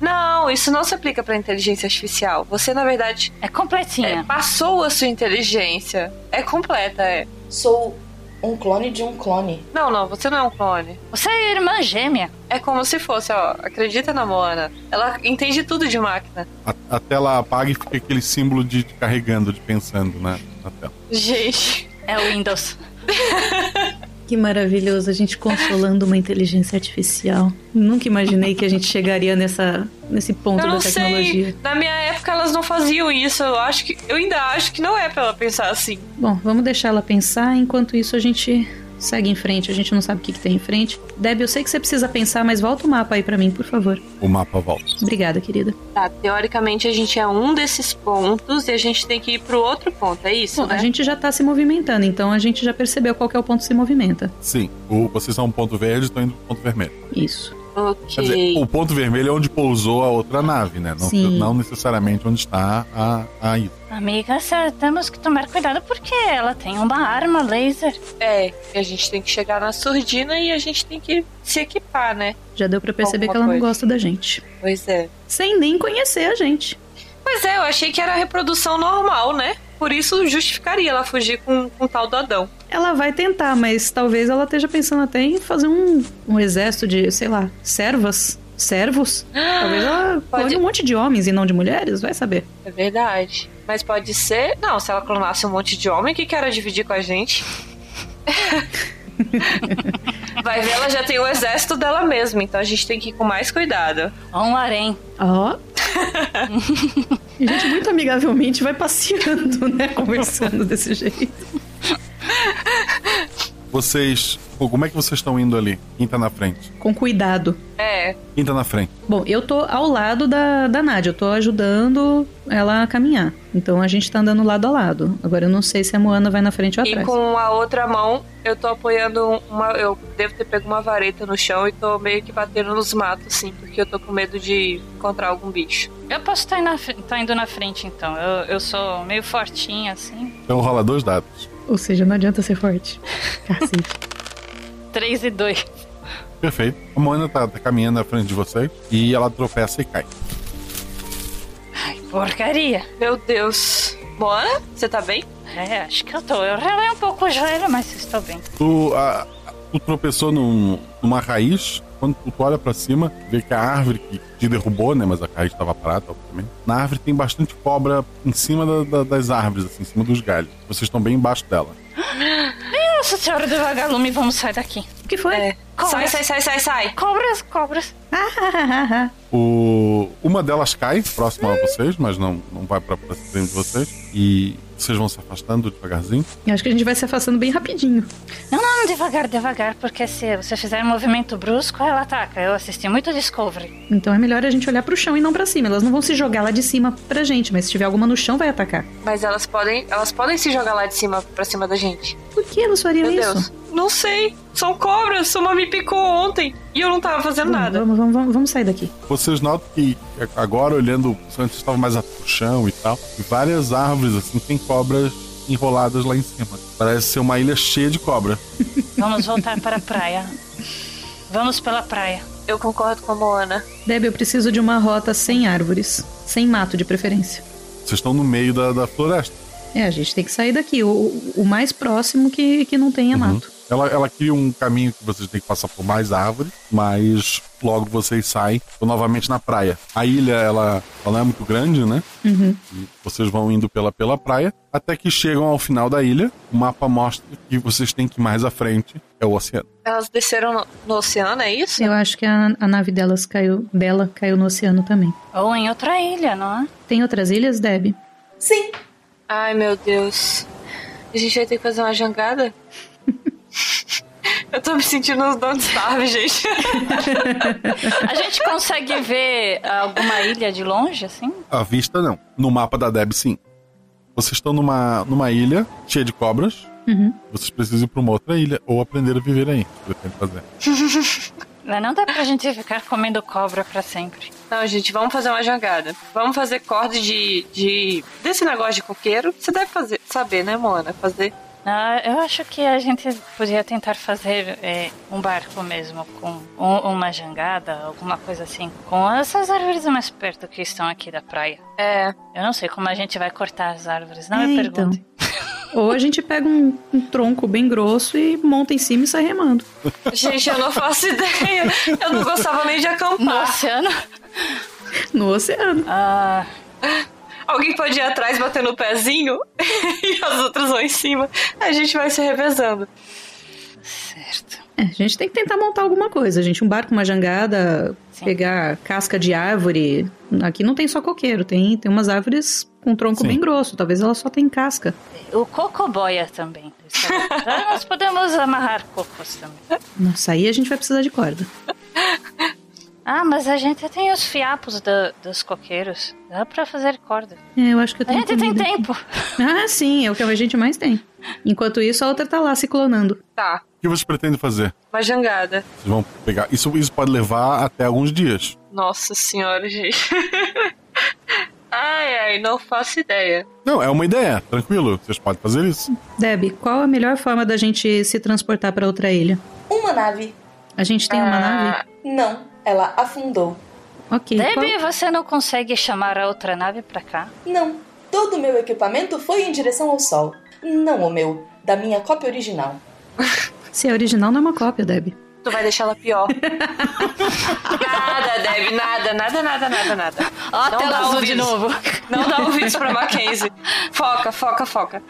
Não, isso não se aplica pra inteligência artificial. Você, na verdade. É completinha. passou a sua inteligência. É completa, é. Sou um clone de um clone. Não, não, você não é um clone. Você é irmã gêmea. É como se fosse, ó. Acredita na Moana. Ela entende tudo de máquina. A, a tela apaga e fica aquele símbolo de, de carregando, de pensando né, na tela. Gente. É o Windows. Que maravilhoso, a gente consolando uma inteligência artificial. Nunca imaginei que a gente chegaria nessa, nesse ponto Eu da não tecnologia. sei. Na minha época elas não faziam isso. Eu acho que. Eu ainda acho que não é pra ela pensar assim. Bom, vamos deixar ela pensar, enquanto isso a gente segue em frente, a gente não sabe o que, que tem em frente. Deb, eu sei que você precisa pensar, mas volta o mapa aí pra mim, por favor. O mapa volta. Obrigada, querida. Tá, teoricamente a gente é um desses pontos e a gente tem que ir pro outro ponto, é isso? Bom, a gente já tá se movimentando, então a gente já percebeu qual que é o ponto que se movimenta. Sim, o, vocês são um ponto verde, estão indo pro ponto vermelho. Isso. Ok. Quer dizer, o ponto vermelho é onde pousou a outra nave, né? Não, Sim. não necessariamente onde está a, a Ida. Amiga, cê- temos que tomar cuidado porque ela tem uma arma laser. É, a gente tem que chegar na surdina e a gente tem que se equipar, né? Já deu pra perceber Alguma que ela não coisa. gosta da gente. Pois é. Sem nem conhecer a gente. Pois é, eu achei que era a reprodução normal, né? Por isso justificaria ela fugir com, com o tal do Adão. Ela vai tentar, mas talvez ela esteja pensando até em fazer um, um exército de, sei lá, servas. Servos? Talvez ela clone um monte de homens e não de mulheres, vai saber. É verdade. Mas pode ser. Não, se ela clonasse um monte de homem, o que que era dividir com a gente? Vai ver, ela já tem o exército dela mesma, então a gente tem que ir com mais cuidado. Um harém. Ó. A gente muito amigavelmente vai passeando, né? Conversando desse jeito. Vocês. pô, como é que vocês estão indo ali? Quem tá na frente? Com cuidado. É. Quem tá na frente? Bom, eu tô ao lado da, da Nádia, eu tô ajudando ela a caminhar. Então a gente tá andando lado a lado. Agora eu não sei se a Moana vai na frente ou E atrás. com a outra mão, eu tô apoiando uma. Eu devo ter pego uma vareta no chão e tô meio que batendo nos matos, assim, porque eu tô com medo de encontrar algum bicho. Eu posso estar indo na frente, então. Eu, eu sou meio fortinha, assim. Então rola dois dados. Ou seja, não adianta ser forte. Cacete. 3 e 2. Perfeito. A Moana tá, tá caminhando na frente de vocês e ela tropeça e cai. Porcaria. Meu Deus. Moana, você tá bem? É, acho que eu tô. Eu relei um pouco o joelho, mas estou bem. Tu, a- tu tropeçou num- numa raiz. Quando tu olha pra cima, vê que a árvore que te derrubou, né? Mas a raiz estava parada, obviamente. Na árvore tem bastante cobra em cima da- da- das árvores, assim, em cima dos galhos. Vocês estão bem embaixo dela. Minha Nossa Senhora do Vagalume, vamos sair daqui. O que foi? É. Ah, Sai, sai, sai, sai, sai. Cobras, cobras. O, uma delas cai próxima a vocês, mas não, não vai pra, pra cima de vocês. E vocês vão se afastando devagarzinho. Eu acho que a gente vai se afastando bem rapidinho. Não, não, devagar, devagar, porque se você fizer um movimento brusco, ela ataca. Eu assisti muito Discovery. Então é melhor a gente olhar pro chão e não pra cima. Elas não vão se jogar lá de cima pra gente, mas se tiver alguma no chão, vai atacar. Mas elas podem, elas podem se jogar lá de cima pra cima da gente. Por que elas fariam Meu isso? Deus. Não sei. São cobras. Uma me picou ontem e eu não tava fazendo Vamos, nada. Vamos, vamos, vamos, vamos sair daqui. Vocês notam que agora olhando, antes estava mais a pro chão e tal, e várias árvores assim tem cobras enroladas lá em cima. Parece ser uma ilha cheia de cobra. Vamos voltar para a praia. Vamos pela praia. Eu concordo com a Moana. Deb, eu preciso de uma rota sem árvores. Sem mato, de preferência. Vocês estão no meio da, da floresta. É, a gente tem que sair daqui. O, o mais próximo que, que não tenha mato. Ela, ela cria um caminho que vocês têm que passar por mais árvores, mas logo vocês saem estão novamente na praia. A ilha, ela, ela não é muito grande, né? Uhum. E vocês vão indo pela, pela praia até que chegam ao final da ilha. O mapa mostra que vocês têm que ir mais à frente é o oceano. Elas desceram no, no oceano, é isso? Eu acho que a, a nave delas caiu, dela caiu no oceano também. Ou em outra ilha, não é? Tem outras ilhas, Deb? Sim. Ai, meu Deus. A gente vai ter que fazer uma jangada? eu tô me sentindo nos Don't Starve, gente. A gente consegue ver alguma ilha de longe, assim? À vista, não. No mapa da Deb, sim. Vocês estão numa, numa ilha cheia de cobras. Uhum. Vocês precisam ir pra uma outra ilha ou aprender a viver aí. que eu tento fazer. Mas Não dá pra gente ficar comendo cobra pra sempre. Não, gente, vamos fazer uma jangada. Vamos fazer corda de, de. desse negócio de coqueiro. Você deve fazer, saber, né, Moana? Fazer. Ah, eu acho que a gente podia tentar fazer é, um barco mesmo, com um- uma jangada, alguma coisa assim, com essas árvores mais perto que estão aqui da praia. É. Eu não sei como a gente vai cortar as árvores, não É, me pergunte. Ou a gente pega um, um tronco bem grosso e monta em cima e sai remando. Gente, eu não faço ideia. Eu não gostava nem de acampar. No oceano? No oceano. Ah. Alguém pode ir atrás batendo o pezinho e as outras vão em cima. A gente vai se revezando. É, a gente tem que tentar montar alguma coisa, gente. Um barco, uma jangada, pegar casca de árvore. Aqui não tem só coqueiro, tem, tem umas árvores com tronco bem grosso. Talvez ela só tenha casca. O cocoboia também. Ah, Nós podemos amarrar cocos também. Nossa, aí a gente vai precisar de corda. Ah, mas a gente tem os fiapos do- dos coqueiros. Dá pra fazer corda. É, eu acho que eu A tenho gente tem comida. tempo. Ah, sim, é o que a gente mais tem. Enquanto isso, a outra tá lá se clonando. Tá, O que vocês pretendem fazer? uma jangada. Vocês vão pegar. Isso, isso pode levar até alguns dias. Nossa senhora, gente. Ai, ai, não faço ideia. Não, é uma ideia, tranquilo. Vocês podem fazer isso. Deb, qual a melhor forma da gente se transportar pra outra ilha? Uma nave. A gente tem Ah, uma nave? Não, ela afundou. Ok. Debbie, você não consegue chamar a outra nave pra cá? Não, todo o meu equipamento foi em direção ao sol. Não o meu, da minha cópia original. Se é original, não é uma cópia, Deb. Tu vai deixar ela pior. nada, Deb, nada, nada, nada, nada, nada. Ó, a tela azul de novo. Não dá ouvidos pra Mackenzie. Foca, foca, foca.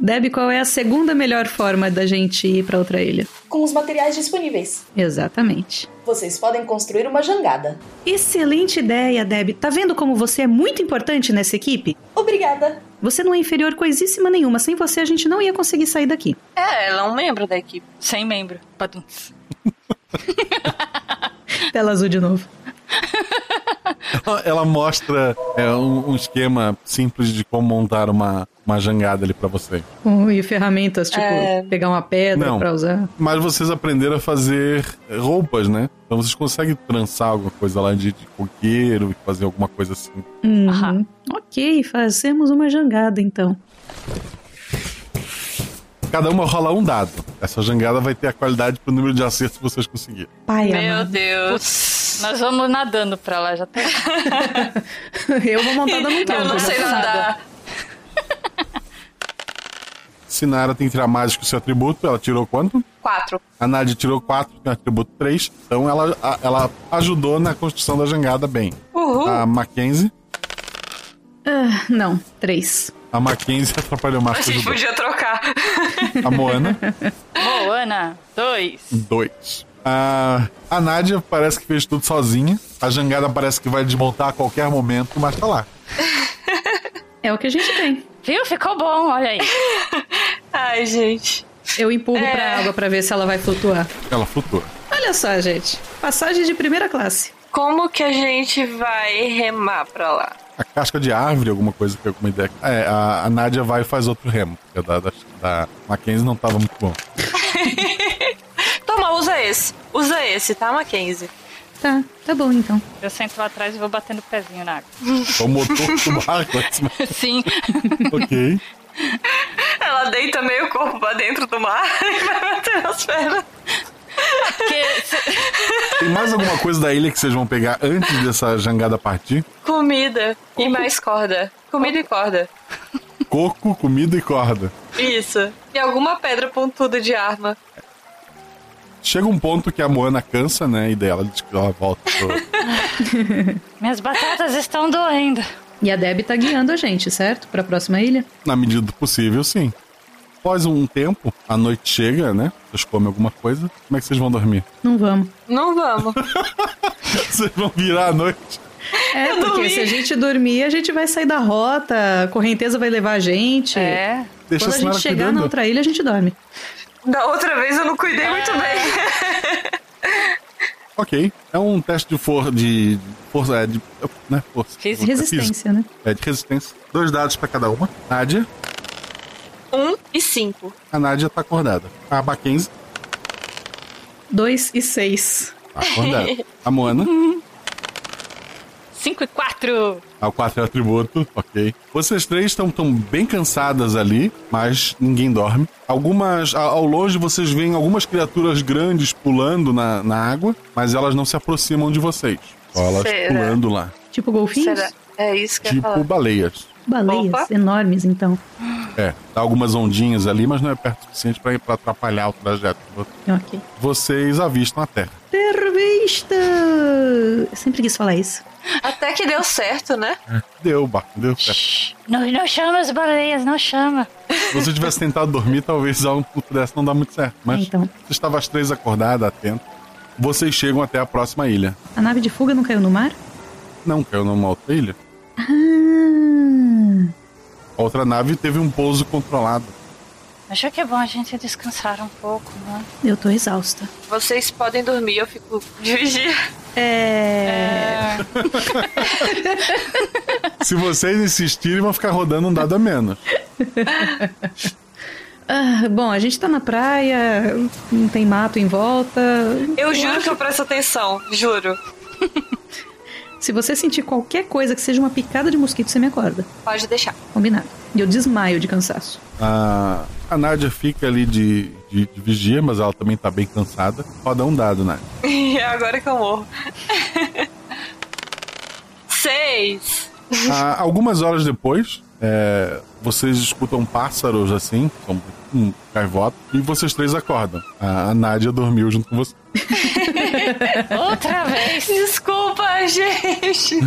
Deb, qual é a segunda melhor forma da gente ir pra outra ilha? Com os materiais disponíveis, Exatamente. vocês podem construir uma jangada. Excelente ideia, Deb. Tá vendo como você é muito importante nessa equipe? Obrigada. Você não é inferior coisíssima nenhuma. Sem você, a gente não ia conseguir sair daqui. É, ela é um membro da equipe. Sem membro. Paduns. Tela azul de novo. Ela, ela mostra é, um, um esquema simples de como montar uma, uma jangada ali pra você. Com- e ferramentas, tipo, É. pegar uma pedra Não. pra usar. Mas vocês aprenderam a fazer roupas, né? Então vocês conseguem trançar alguma coisa lá de, de coqueiro e fazer alguma coisa assim. Uhum. Ok, fazemos uma jangada então. Cada uma rola um dado. Essa jangada vai ter a qualidade pro número de acertos que vocês conseguirem. Pai, Meu amado. Deus. Nós vamos nadando pra lá, já tá. Eu vou montar dando um tronco. Eu não sei nadar. Sinara tem que tirar mais que o seu atributo. Ela tirou quanto? Quatro. A Nádia tirou 4, tem um atributo 3. Então ela, a- ela ajudou na construção da jangada bem. Uh. Uhul. A Mackenzie. Ah, não, três. A Mackenzie atrapalhou mais A que gente ajudou. podia trocar. A Moana, Moana, dois. 2. A, a Nádia parece que fez tudo sozinha. A jangada parece que vai desmontar a qualquer momento, mas tá lá. É o que a gente tem. Viu? Ficou bom, olha aí. Ai, gente. Eu empurro É. pra água pra ver se ela vai flutuar. Ela flutua. Olha só, gente. Passagem de primeira classe. Como que a gente vai remar pra lá? A casca de árvore, alguma coisa que eu comi ideia. É, a, a Nádia vai e faz outro remo. porque a Da, da, da Mackenzie não tava muito bom. Toma, usa esse. Usa esse, tá, Mackenzie? Tá, tá bom então. Eu sento lá atrás e vou batendo o pezinho na água. Só É o motor do barco. assim. Sim. ok. Ela deita meio corpo pra dentro do mar e vai bater nas pernas. Tem mais alguma coisa da ilha que vocês vão pegar antes dessa jangada partir? Comida e mais corda. Comida e corda. Coco, comida e corda. Isso. E alguma pedra pontuda de arma. Chega um ponto que a Moana cansa, né? E dela diz que ela volta pro... Minhas batatas estão doendo. E a Deb tá guiando a gente, certo? Pra próxima ilha? na medida do possível, sim. Após um tempo, a noite chega, né? Vocês comem alguma coisa. Como é que vocês vão dormir? Não vamos. Não vamos. vocês vão virar a noite. É, porque se a gente dormir, a gente vai sair da rota, a correnteza vai levar a gente. É. Deixa Quando a a, senhora gente chegar cuidando. na outra ilha, a gente dorme. Da outra vez eu não cuidei muito bem. Ok. É um teste de, for... de força. É, de... Né? Força. Resistência, né? É, de resistência. Dois dados pra cada uma. Nádia. Um e cinco. A Nádia tá acordada. A Mackenzie Dois e seis. tá acordada. a Moana. 5 e 4. A 4 é atributo, ok. Vocês três estão tão bem cansadas ali, mas ninguém dorme. Algumas, a- ao longe vocês veem algumas criaturas grandes pulando na, na água, mas elas não se aproximam de vocês. Só elas Será? pulando lá, Tipo golfinhos? Será? É isso que eu ia tipo falar. baleias. Baleias Opa. enormes, então. É, dá algumas ondinhas ali, mas não é perto o suficiente pra pra atrapalhar o trajeto. de vocês. Ok. Vocês avistam a terra. Tervista! Eu sempre quis falar isso. Até que deu certo, né? Deu, barco, deu certo. Não, não chama as baleias, não chama. Se você tivesse tentado dormir, talvez algo pudesse não dar muito certo. Mas Então. você estava às três acordada, atenta. Vocês chegam até a próxima ilha. A nave de fuga não caiu no mar? Não caiu numa outra ilha. Ah. A outra nave teve um pouso controlado. Acho que é bom a gente descansar um pouco, né? Eu tô exausta. Vocês podem dormir, eu fico de vigia. É. Se vocês insistirem, vão ficar rodando um dado a menos. Ah, bom, a gente tá na praia, não tem mato em volta. Eu juro que eu presto atenção, juro. Se você sentir qualquer coisa que seja uma picada de mosquito, você me acorda. Pode deixar. Combinado. E eu desmaio de cansaço. A, a Nádia fica ali de, de, de vigia, mas ela também tá bem cansada. Roda um dado, Nádia. E é agora que eu morro. Seis. Ah, algumas horas depois, é, vocês escutam pássaros assim, são um gaivota, e vocês três acordam. A, a Nádia dormiu junto com você. Outra vez. Desculpa, gente.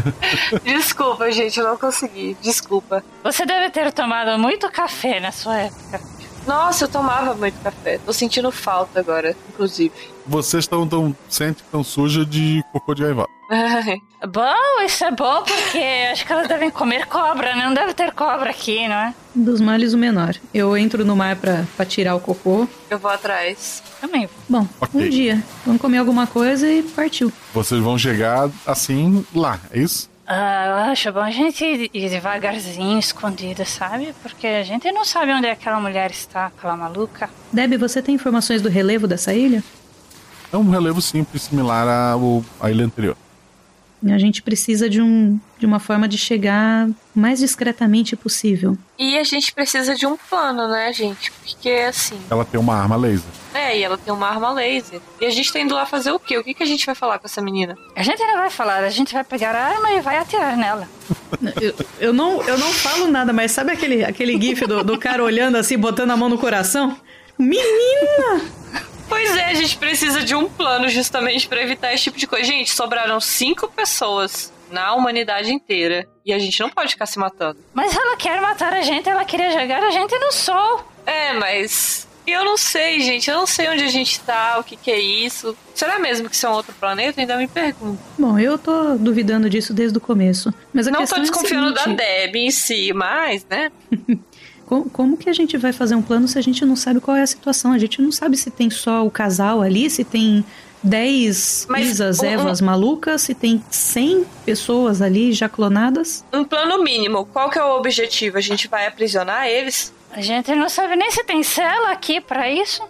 Desculpa, gente, eu não consegui. Desculpa. Você deve ter tomado muito café na sua época. Nossa, eu tomava muito café. Tô sentindo falta agora, inclusive. Vocês estão tão, sente tão suja de cocô de gaivota. Ai. Bom, isso é bom porque acho que elas devem comer cobra, né? Não deve ter cobra aqui, não é? Um Dos males, o menor. Eu entro no mar pra, pra tirar o cocô. Eu vou atrás. Também. Bom, Ok. um dia. Vamos comer alguma coisa e partiu. Vocês vão chegar assim lá, é isso? Ah, eu acho bom a gente ir ir devagarzinho, escondida, sabe? Porque a gente não sabe onde é aquela mulher está, aquela maluca. Deb, você tem informações do relevo dessa ilha? É um relevo simples, similar ao, à ilha anterior. A gente precisa de, um, de uma forma de chegar o mais discretamente possível. E a gente precisa de um plano, né, gente? Porque assim. Ela tem uma arma laser. É, e ela tem uma arma laser. E a gente tá indo lá fazer o quê? O que, que a gente vai falar com essa menina? A gente não vai falar, a gente vai pegar a arma e vai atirar nela. Eu, eu não, eu não falo nada, mas sabe aquele, aquele gif do, do cara olhando assim, botando a mão no coração? Menina! Pois é, a gente precisa de um plano justamente pra evitar esse tipo de coisa. Gente, sobraram cinco pessoas na humanidade inteira. E a gente não pode ficar se matando. Mas ela quer matar a gente, ela queria jogar a gente no sol. É, mas. E eu não sei, gente. Eu não sei onde a gente tá, o que que é isso. Será mesmo que isso é um outro planeta? Ainda me pergunto. Bom, eu tô duvidando disso desde o começo. Mas a não tô questão é a desconfiando da seguinte, Deb em si, mas, né? Co- Como que a gente vai fazer um plano se a gente não sabe qual é a situação? A gente não sabe se tem só o casal ali, se tem 10 Mas Isas, um- Evas um- malucas, se tem 100 pessoas ali já clonadas. Um plano mínimo. Qual que é o objetivo? A gente vai aprisionar eles? A gente não sabe nem se tem cela aqui pra isso.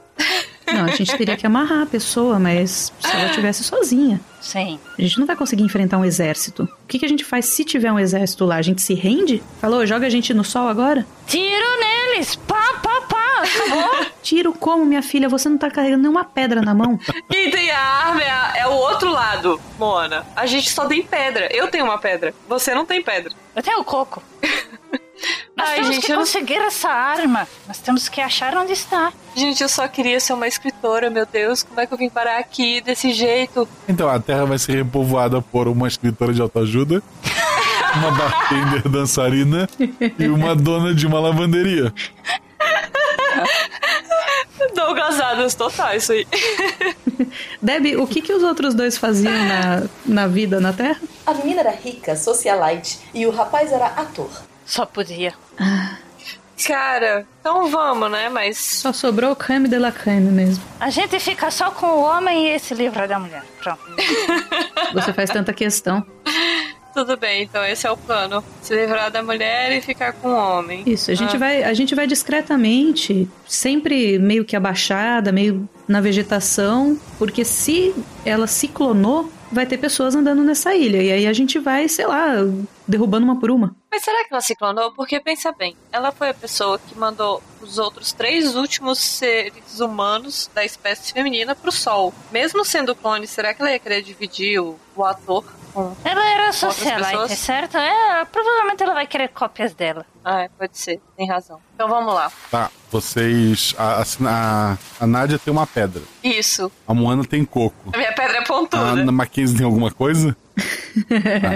Não, a gente teria que amarrar a pessoa, mas se ela estivesse sozinha. Sim. A gente não vai conseguir enfrentar um exército. O que, que a gente faz se tiver um exército lá? A gente se rende? Falou, joga a gente no sol agora? Tiro neles! Pá, pá, pá! Acabou! Tiro como, minha filha? Você não tá carregando nenhuma pedra na mão. Quem tem a arma é, a- é o outro lado, Mona. A gente só tem pedra. Eu tenho uma pedra. Você não tem pedra. Eu tenho coco. Nós Ai, temos gente, que eu não- conseguir essa arma. Nós temos que achar onde está. Gente, eu só queria ser uma escritora, meu Deus. Como é que eu vim parar aqui desse jeito? Então a Terra vai ser repovoada por uma escritora de autoajuda, uma bartender dançarina e uma dona de uma lavanderia. Douglas Adams total, isso aí. Debbie, o que, que os outros dois faziam na, na vida na Terra? A menina era rica, socialite, e o rapaz era ator. Só podia. Cara, então vamos, né? Mas. Só sobrou o creme de la creme mesmo. A gente fica só com o homem e esse livro da mulher. Pronto. Você faz tanta questão. Tudo bem, então esse é o plano. Se livrar da mulher e ficar com o homem. Isso, a gente, Ah. vai, a gente vai discretamente, sempre meio que abaixada, meio na vegetação, porque se ela se clonou, vai ter pessoas andando nessa ilha. E aí a gente vai, sei lá, derrubando uma por uma. Mas será que ela se clonou? Porque pensa bem, ela foi a pessoa que mandou os outros três últimos seres humanos da espécie feminina pro sol. Mesmo sendo clone, será que ela ia querer dividir o, o ator com. Ela era outras socialite, pessoas? certo? É, provavelmente ela vai querer cópias dela. Ah, é, pode ser, tem razão. Então vamos lá. Tá, vocês. A, a, Sina- a, a Nádia tem uma pedra. Isso. A Moana tem coco. A minha pedra é A pontuda. Ana Mackenzie tem alguma coisa?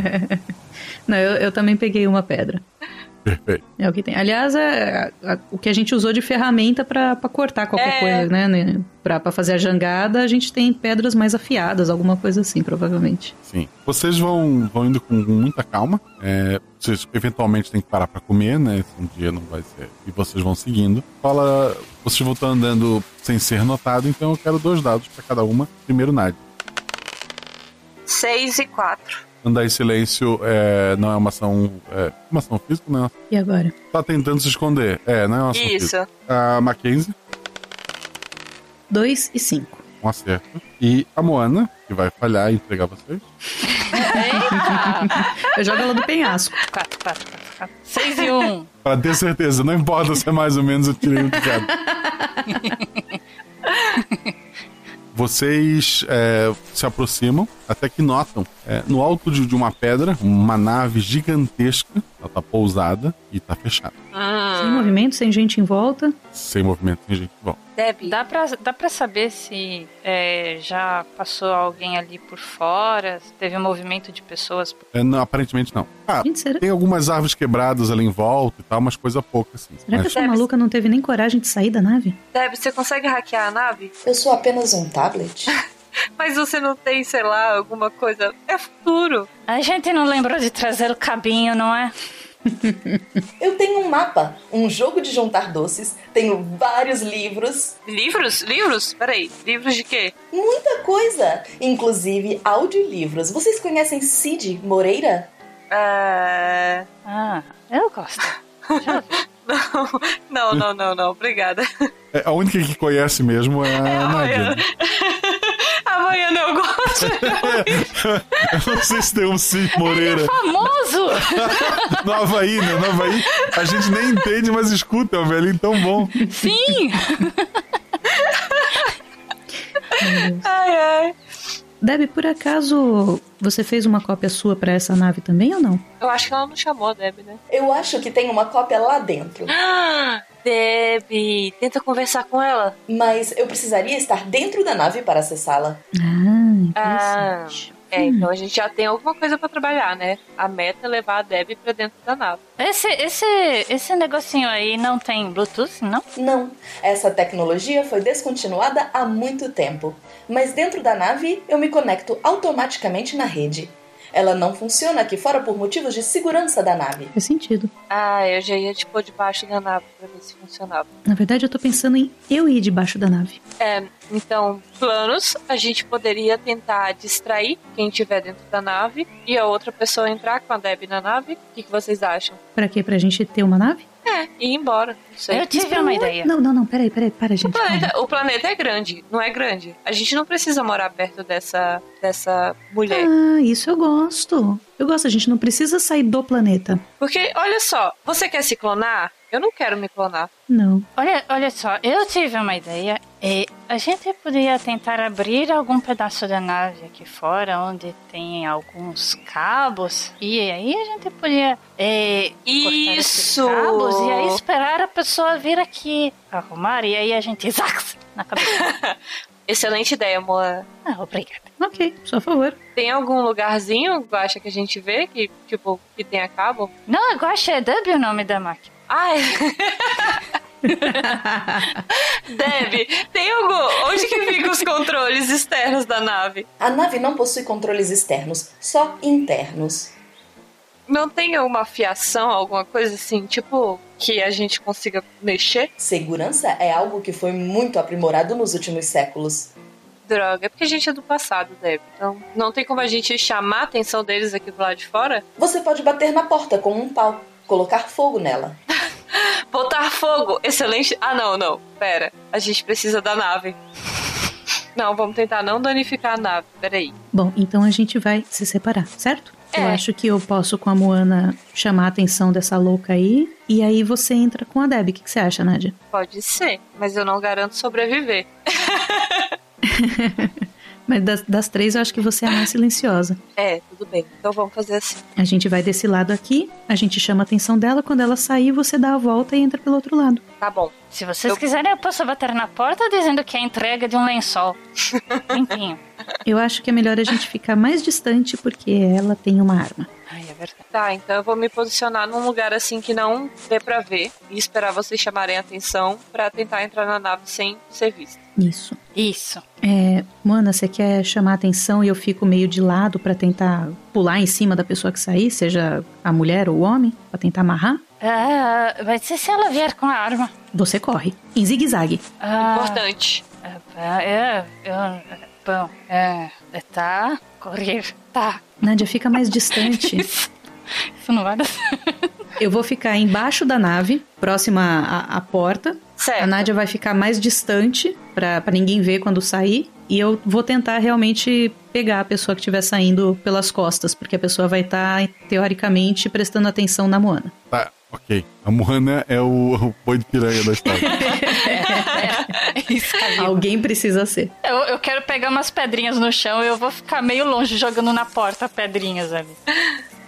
Não, eu, eu também peguei uma pedra. Perfeito. É o que tem. Aliás, é a- a- o que a gente usou de ferramenta pra pra cortar qualquer É. coisa, né? né? Pra, pra fazer a jangada, a gente tem pedras mais afiadas, alguma coisa assim, provavelmente. Sim. Vocês vão, vão indo com muita calma. É, vocês eventualmente têm que parar pra comer, né? Um dia não vai ser. E vocês vão seguindo. Fala. Vocês vão estar andando sem ser notado, então eu quero dois dados pra cada uma. Primeiro, Nádia. Seis e quatro. Andar em silêncio é, não é uma ação. É, uma ação física, né? E agora? Tá tentando se esconder. É, não é uma ação Isso. física. A Mackenzie, Dois e cinco. um acerto. E a Moana, que vai falhar e entregar vocês. Eu jogo ela do penhasco. Quatro, quatro, quatro, quatro. tá, Seis e um. Pra ter certeza, não importa se é mais ou menos, eu tirei um de cada. Vocês é, se aproximam até que notam é, no alto de, de uma pedra uma nave gigantesca. Ela tá pousada e tá fechada. Sem movimento, sem gente em volta. Sem movimento, sem gente. Bom, Dá pra, dá pra saber se é, já passou alguém ali por fora, se teve um movimento de pessoas. é, não, aparentemente não. Ah, Gente, será- tem algumas árvores quebradas ali em volta e tal, mas coisa pouca assim. Será que Mas- essa maluca não teve nem coragem de sair da nave? Deb, você consegue hackear a nave? Eu sou apenas um tablet. Mas você não tem, sei lá, alguma coisa. É futuro. A gente não lembrou de trazer o cabinho, não é? Eu tenho um mapa, um jogo de juntar doces, tenho vários livros, Livros? Livros? Peraí, livros de quê? muita coisa, inclusive audiolivros. Vocês conhecem Cid Moreira? Ah, Ah, eu gosto. Não, não, não, não. Obrigada. é, a única que conhece mesmo é a Nádia. Amanhã não gosto. Eu não sei se tem um Cid Moreira. Famoso! No Havaí, né? No Havaí, a gente nem entende, mas escuta, é um velhinho tão bom. Sim! Ai, ai. Deb, por acaso você fez uma cópia sua pra essa nave também ou não? Eu acho que ela não chamou a Deb, né? Eu acho que tem uma cópia lá dentro. Deb, tenta conversar com ela. Mas eu precisaria estar dentro da nave para acessá-la. Ah, Ah, É, então a gente já tem alguma coisa pra trabalhar, né? A meta é levar a Deb pra dentro da nave. Esse, esse, esse negocinho aí não tem Bluetooth, não? Não, essa tecnologia foi descontinuada há muito tempo. Mas dentro da nave eu me conecto automaticamente na rede. Ela não funciona aqui fora por motivos de segurança da nave. Faz sentido. Ah, eu já ia tipo debaixo da nave pra ver se funcionava. Na verdade, eu tô pensando em eu ir debaixo da nave. É, então, planos, a gente poderia tentar distrair quem tiver dentro da nave e a outra pessoa entrar com a Deb na nave. O que, que vocês acham? Pra quê? Pra gente ter uma nave? É, e ir embora. Não sei. Eu tive uma ideia. Não, não, não, peraí, peraí, para, O gente. calma. planeta, o planeta é grande, não é grande. A gente não precisa morar perto dessa, dessa mulher. Ah, isso eu gosto. Eu gosto, a gente não precisa sair do planeta. Porque, olha só, você quer se clonar? Eu não quero me clonar. Não. Olha, olha só, eu tive uma ideia. É, a gente poderia tentar abrir algum pedaço da nave aqui fora, onde tem alguns cabos. E aí a gente poderia é, cortar esses Isso! cabos e aí esperar a pessoa vir aqui arrumar. E aí a gente zax na cabeça. Excelente ideia, Moa. ah, obrigada. Ok, por favor. Tem algum lugarzinho, Guaxa, que a gente vê que, tipo, que tenha cabo? Não, eu acho é Dub o nome da máquina. Ai! Deb, tem algum... Onde que ficam os controles externos da nave? A nave não possui controles externos, só internos. Não tem alguma fiação, alguma coisa assim, tipo, que a gente consiga mexer? Segurança é algo que foi muito aprimorado nos últimos séculos. Droga, é porque a gente é do passado, Deb. Então, não tem como a gente chamar a atenção deles aqui do lado de fora? Você pode bater na porta com um pau, colocar fogo nela. Botar fogo, excelente. Ah, não, não. Pera, a gente precisa da nave. Não, vamos tentar não danificar a nave. Peraí. Bom, então a gente vai se separar, certo? Eu É. acho que eu posso, com a Moana, chamar a atenção dessa louca aí. E aí você entra com a Deb. O que, que você acha, Nádia? Pode ser, mas eu não garanto sobreviver. Mas das, das três, eu acho que você é a mais silenciosa. É, tudo bem. Então vamos fazer assim. A gente vai desse lado aqui, a gente chama a atenção dela. Quando ela sair, você dá a volta e entra pelo outro lado. Tá bom. Se vocês quiserem, eu posso bater na porta dizendo que é a entrega de um lençol. Limpinho. Eu acho que é melhor a gente ficar mais distante, porque ela tem uma arma. Ai, é verdade. Tá, então eu vou me posicionar num lugar assim que não dê pra ver e esperar vocês chamarem a atenção pra tentar entrar na nave sem ser vista. Isso. Isso. É, Moana, você quer chamar a atenção e eu fico meio de lado pra tentar pular em cima da pessoa que sair, seja a mulher ou o homem, pra tentar amarrar? Ah, vai ser se ela vier com a arma. Você corre, em zigue-zague. Ah, Importante. ah, é, eu, bom, é, é, tá, correr, tá. Nádia, fica mais distante. Isso não vai dar certo. Eu vou ficar embaixo da nave, próxima à, à porta. Certo. A Nádia vai ficar mais distante pra pra ninguém ver quando sair. E eu vou tentar realmente pegar a pessoa que estiver saindo pelas costas, porque a pessoa vai estar, teoricamente, prestando atenção na Moana. Tá, ok. A Moana é o, o boi de piranha da história. Isso aí. Alguém precisa ser. Eu, eu quero pegar umas pedrinhas no chão e eu vou ficar meio longe jogando na porta pedrinhas ali.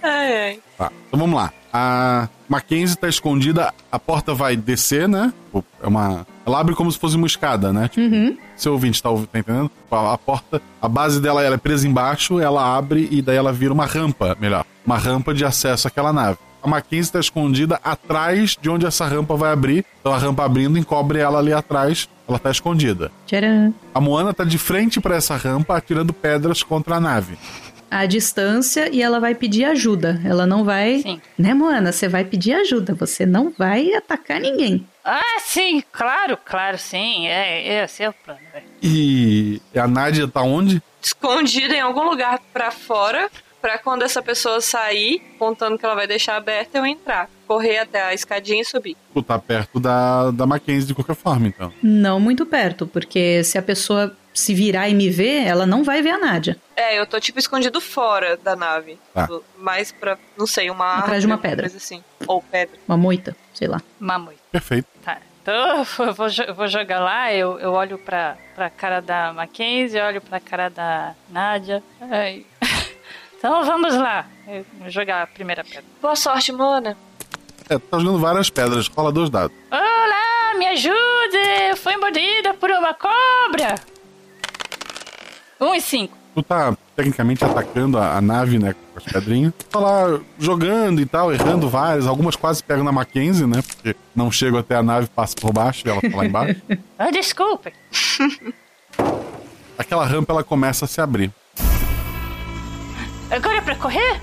Ai, ai. tá, então vamos lá. A Mackenzie tá escondida, a porta vai descer, né? Tipo, É uma. Ela abre como se fosse uma escada, né? Tipo, Seu ouvinte tá, ouvi- tá entendendo? A, a porta, a base dela ela é presa embaixo, ela abre e daí ela vira uma rampa, melhor, uma rampa de acesso àquela nave. A Mackenzie tá escondida atrás de onde essa rampa vai abrir. Então a rampa abrindo encobre ela ali atrás, ela tá escondida. Tcharam. A Moana tá de frente pra essa rampa, atirando pedras contra a nave. A distância e ela vai pedir ajuda. Ela não vai. Sim. Né, Moana? Você vai pedir ajuda. Você não vai atacar ninguém. Ah, sim, claro, claro, sim. É, esse é o plano, velho. E a Nádia tá onde? Escondida em algum lugar pra fora pra quando essa pessoa sair, contando que ela vai deixar aberta, eu entrar. Correr até a escadinha e subir. Tu tá perto da, da Mackenzie de qualquer forma, então. Não muito perto, porque se a pessoa se virar e me ver, ela não vai ver a Nádia. É, eu tô tipo escondido fora da nave. Tá. Tipo, mais pra, não sei, uma Atrás árvore, de uma alguma pedra. Coisa assim. Ou pedra. Uma moita, sei lá. Mamui. Perfeito. Tá. Então eu vou, jo- eu vou jogar lá, eu, eu olho pra, pra cara da Mackenzie, olho pra cara da Nádia. Ai. Então vamos lá. Eu vou jogar a primeira pedra. Boa sorte, Mona. É, tu tá jogando várias pedras, rola dois dados. Olá, me ajude! Eu fui mordida por uma cobra! Um e cinco. Tu tá tecnicamente atacando a, a nave, né? Com as pedrinhas. Tá lá jogando e tal, errando várias. Algumas quase pegam na Mackenzie, né? Porque não chego até a nave, passo por baixo e ela tá lá embaixo. Ah, desculpe. Aquela rampa ela começa a se abrir. Agora é pra correr?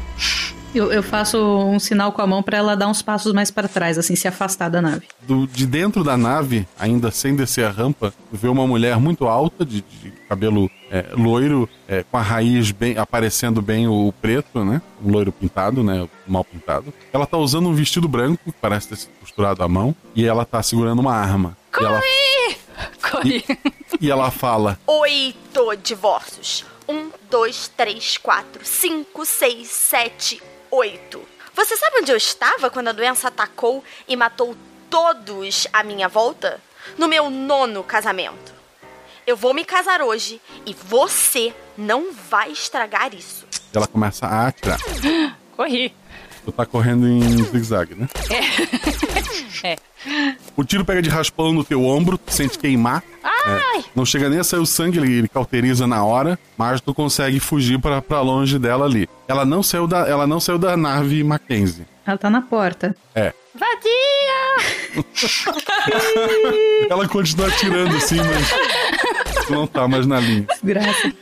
Eu, eu faço um sinal com a mão pra ela dar uns passos mais pra trás, assim, se afastar da nave. Do- de dentro da nave, ainda sem descer a rampa, tu vê uma mulher muito alta, de, de cabelo é, loiro, é, com a raiz bem aparecendo bem o, preto, né? O loiro pintado, né? Mal pintado. Ela tá usando um vestido branco, que parece ter sido costurado à mão, e ela tá segurando uma arma. E ela, Corre! Corre! e ela fala: Oito divórcios. Um, dois, três, quatro, cinco, seis, sete, oito. Você sabe onde eu estava quando a doença atacou e matou todos à minha volta? No meu nono casamento. Eu vou me casar hoje e você não vai estragar isso. ela começa a atirar. Corri. Tu tá correndo em zigue-zague, né? É. O tiro pega de raspão no teu ombro, tu sente queimar. É, não chega nem a sair o sangue, ele, ele cauteriza na hora, mas tu consegue fugir pra pra longe dela ali. Ela não saiu da, ela não saiu da nave Mackenzie. Ela tá na porta. É. Vadia! ela continua atirando assim, mas tu não tá mais na linha. Graça.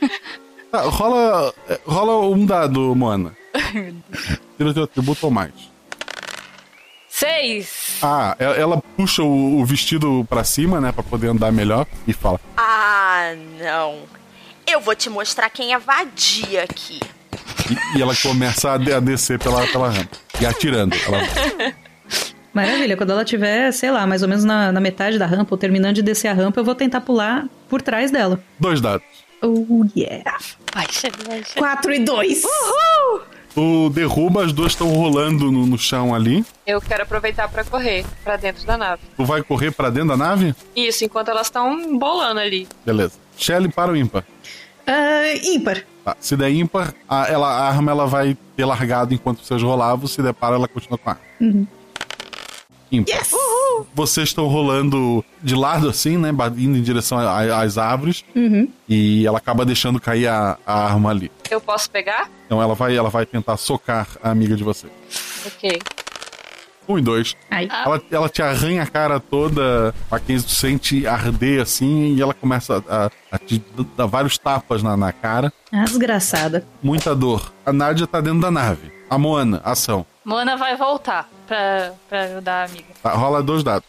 Tá, rola, é, rola um dado, Moana. Tira teu atributo ou mais. Seis. Ah, e- ela puxa o, o vestido pra cima, né, Pra poder andar melhor e fala: Ah, não. Eu vou te mostrar quem é vadia aqui. E, e ela começa a, de- a descer pela, pela rampa. E atirando. Ela- Maravilha, quando ela tiver, sei lá, mais ou menos na, na metade da rampa, ou terminando de descer a rampa, eu vou tentar pular por trás dela. Dois dados. Oh, yeah. Vai ser, vai ser. Quatro e dois. Uhul! Tu derruba, as duas estão rolando no, no chão ali. Eu quero aproveitar pra correr pra dentro da nave. Tu vai correr pra dentro da nave? Isso, enquanto elas estão bolando ali. Beleza. Shelly para o ímpar. Ah, ímpar. Tá, Se der ímpar, a, ela, a arma ela vai ter largado enquanto vocês rolavam. Se der para, ela continua com a arma. Uhum. Ímpar. Vocês estão rolando de lado assim, né? Indo em direção a- a- às árvores. Uhum. E ela acaba deixando cair a, a arma ali. Eu posso pegar? Então ela vai, ela vai tentar socar a amiga de você. Ok. Um e dois. Ai. Ela, ela te arranha a cara toda, a quem tu sente arder assim, e ela começa a, a te dar vários tapas na, na cara. Ah, desgraçada. Muita dor. A Nádia tá dentro da nave. A Moana, ação. Mona vai voltar pra, pra ajudar a amiga. Tá, rola dois dados.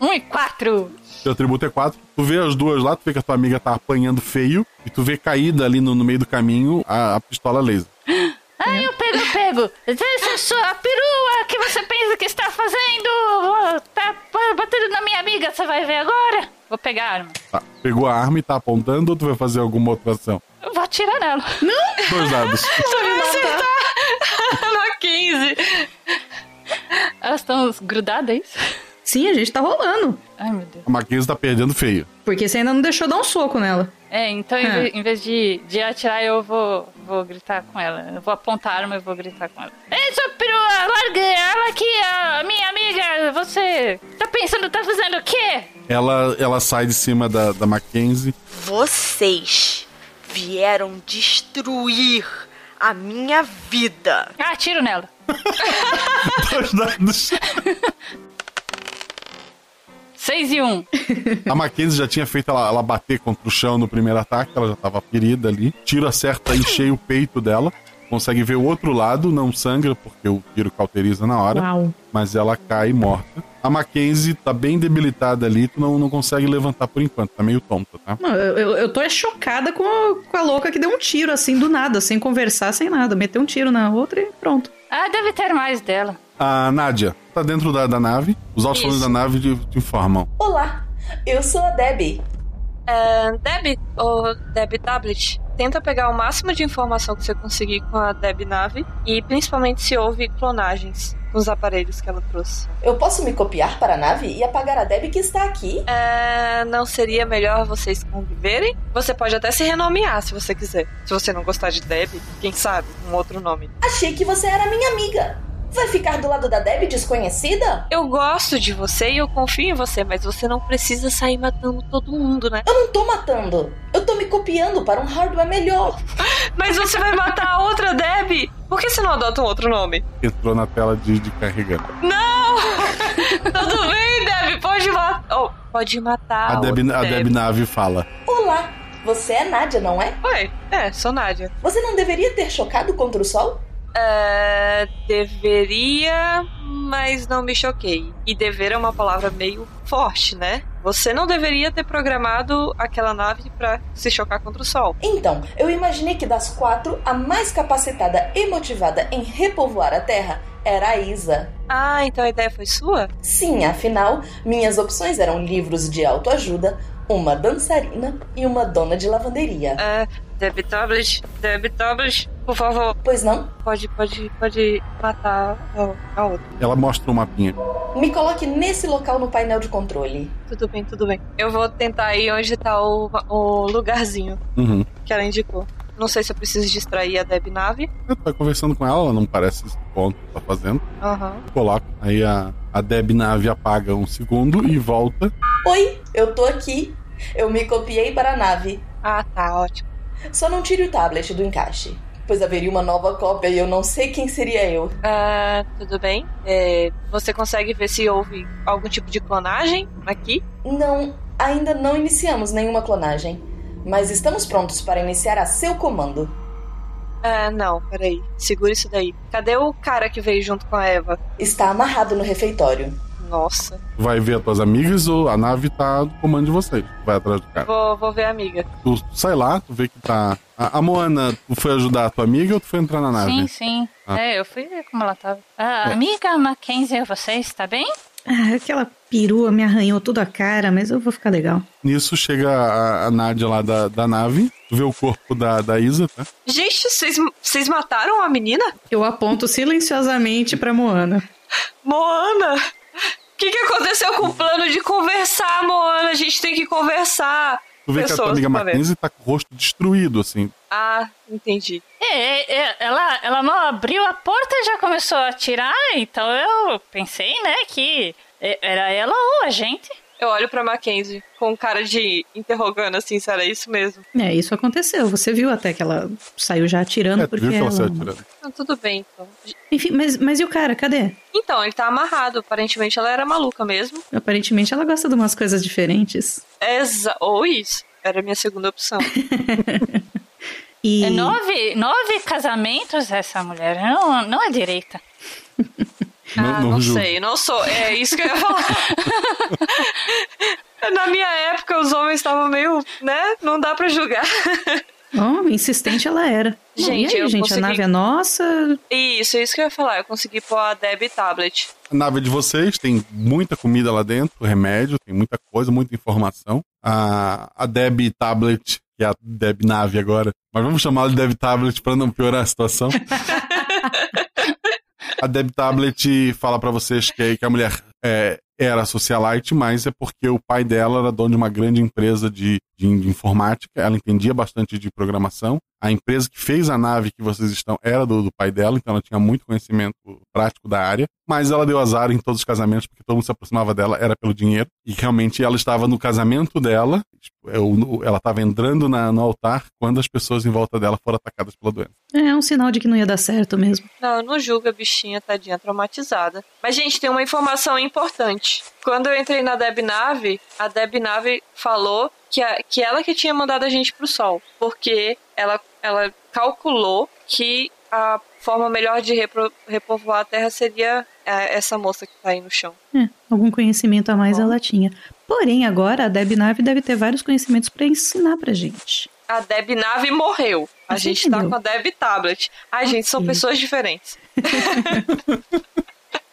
Um e quatro. Teu atributo é quatro. Tu vê as duas lá, tu vê que a tua amiga tá apanhando feio, e tu vê caída ali no, no meio do caminho a, a pistola laser. Ah, eu pego, eu pego. Essa é sua perua que você pensa que está fazendo. Tá batendo na minha amiga, você vai ver agora. Vou pegar a arma. Tá, pegou a arma e tá apontando, ou tu vai fazer alguma outra ação? Eu vou atirar nela. Não! Dois dados. acertar na 15. Elas estão grudadas, é isso? Sim, a gente tá rolando. Ai, meu Deus. A Mackenzie tá perdendo feio. Porque você ainda não deixou dar um soco nela. É, então Ah. em É. vez, em vez de, de atirar, eu vou, vou gritar com ela. Eu vou apontar a arma e vou gritar com ela. Ei, sua perua, larga ela aqui, a minha amiga. Você tá pensando, tá fazendo o quê? Ela, ela sai de cima da, da Mackenzie. Vocês vieram destruir a minha vida. Ah, tiro nela. Dois dados. 6 e 1. Um. A Mackenzie já tinha feito ela, ela bater contra o chão no primeiro ataque, ela já tava ferida ali. Tiro acerta e cheio o peito dela. Consegue ver o outro lado, não sangra, porque o tiro cauteriza na hora. Uau. Mas ela cai morta. A Mackenzie tá bem debilitada ali, tu não, não consegue levantar por enquanto, tá meio tonta, tá? Não, eu, eu- eu tô é chocada com a, com a louca que deu um tiro, assim, do nada, sem conversar, sem nada. Meteu um tiro na outra e pronto. Ah, deve ter mais dela. A Nádia tá dentro da, da nave, os altos Isso. da nave te, te informam. Olá, eu sou a Debbie. É, Deb, ou Deb Tablet, tenta pegar o máximo de informação que você conseguir com a Deb Nave e principalmente se houve clonagens com os aparelhos que ela trouxe. Eu posso me copiar para a nave e apagar a Debbie que está aqui? É, não seria melhor vocês conviverem? Você pode até se renomear se você quiser. Se você não gostar de Deb, quem sabe um outro nome. Achei que você era minha amiga. Vai ficar do lado da Debbie desconhecida? Eu gosto de você e eu confio em você, mas você não precisa sair matando todo mundo, né? Eu não tô matando. Eu tô me copiando para um hardware melhor. Mas você vai matar a outra Deb? Por que você não adota um outro nome? Entrou na tela de, de carregando. Não! Tudo bem, Deb, pode matar. Oh, pode matar. A Ah, Deb, a Deb Nave fala. Olá, você é Nádia, não é? Oi, é, sou Nádia. Você não deveria ter chocado contra o sol? Ah, deveria, mas não me choquei. E dever é uma palavra meio forte, né? Você não deveria ter programado aquela nave pra se chocar contra o sol. Então, eu imaginei que das quatro, a mais capacitada e motivada em repovoar a Terra era a Isa. Ah, então a ideia foi sua? Sim, afinal, minhas opções eram livros de autoajuda, uma dançarina e uma dona de lavanderia. É, Debbie Tablet, Debbie Tablet, por favor. Pois não? Pode, pode, pode matar a, a outra. Ela mostra um mapinha. Me coloque nesse local no painel de controle. Tudo bem, tudo bem. Eu vou tentar ir onde tá o, o lugarzinho Uhum. que ela indicou. Não sei se eu preciso distrair a Deb Nave. Eu tô conversando com ela, ela não parece esse ponto que tá fazendo. Aham. Coloco. Aí a, a Deb Nave apaga um segundo e volta. Oi, eu tô aqui. Eu me copiei para a nave. Ah, tá, ótimo. Só não tire o tablet do encaixe, pois haveria uma nova cópia e eu não sei quem seria eu. Ah, tudo bem. É, você consegue ver se houve algum tipo de clonagem aqui? Não, ainda não iniciamos nenhuma clonagem, mas estamos prontos para iniciar a seu comando. Ah, não, peraí. Segura isso daí. Cadê o cara que veio junto com a Eva? Está amarrado no refeitório. Nossa. Vai ver as tuas amigas ou a nave tá no comando de vocês. Vai atrás do cara. Vou, vou ver a amiga. Tu, tu sai lá, tu vê que tá. A, a Moana, tu foi ajudar a tua amiga ou tu foi entrar na nave? Sim, sim. Ah. É, eu fui ver como ela tava. Ah, É. Amiga Mackenzie, você está bem? Ah, aquela perua me arranhou toda a cara, mas eu vou ficar legal. Nisso chega a, a Nádia lá da, da nave, tu vê o corpo da, da Isa, tá? Gente, vocês vocês mataram a menina? Eu aponto silenciosamente pra Moana. Moana! O que, que aconteceu com o plano de conversar, Moana? A gente tem que conversar. Tu vê que a tua amiga pra ver. Mackenzie tá com o rosto destruído, assim. Ah, entendi. É, é, é, ela, ela não abriu a porta e já começou a atirar, então eu pensei, né, que é, era ela ou a gente. Eu olho pra Mackenzie com cara de interrogando, assim, se era isso mesmo. É, isso aconteceu. Você viu até que ela saiu já atirando É, tu porque viu que ela ela... saiu atirando. Então, tudo bem, então. Enfim, mas, mas e o cara, cadê? Então, ele tá amarrado. Aparentemente ela era maluca mesmo. Aparentemente ela gosta de umas coisas diferentes. Exa ou isso. Era a minha segunda opção. E É nove, nove casamentos essa mulher, não, não é direita. ah, não, julgo. sei, não sou. É isso que eu ia falar. Na minha época, os homens estavam meio, né? Não dá pra julgar. Oh, insistente ela era. Gente, Gente, e aí, eu gente, consegui- a nave é nossa. Isso, é isso que eu ia falar. Eu consegui pôr a Deb tablet. A nave de vocês tem muita comida lá dentro, remédio, tem muita coisa, muita informação. A, a Deb Tablet, que é a Deb Nave agora, mas vamos chamá-la de Deb Tablet pra não piorar a situação. a Deb Tablet fala pra vocês que, que a mulher é, era socialite, mas é porque o pai dela era dono de uma grande empresa de, de, de informática, ela entendia bastante de programação. A empresa que fez a nave que vocês estão era do, do pai dela, então ela tinha muito conhecimento prático da área, mas ela deu azar em todos os casamentos, porque todo mundo se aproximava dela, era pelo dinheiro, e realmente ela estava no casamento dela, tipo, é, o- no- ela estava entrando na- no altar quando as pessoas em volta dela foram atacadas pela doença. É um sinal de que não ia dar certo mesmo. Não, eu não julgo a bichinha, tadinha, traumatizada. Mas, gente, tem uma informação importante. Quando eu entrei na Deb Nave, a Deb Nave falou que, a- que ela que tinha mandado a gente pro sol. Porque ela, ela calculou que a forma melhor de repro- repovoar a Terra seria é, essa moça que tá aí no chão. É, algum conhecimento a mais ela tinha. Porém, agora a Deb Nave deve ter vários conhecimentos pra ensinar pra gente. A Deb Nave morreu. A gente tá com a Deb Tablet. Ai, gente, são pessoas diferentes.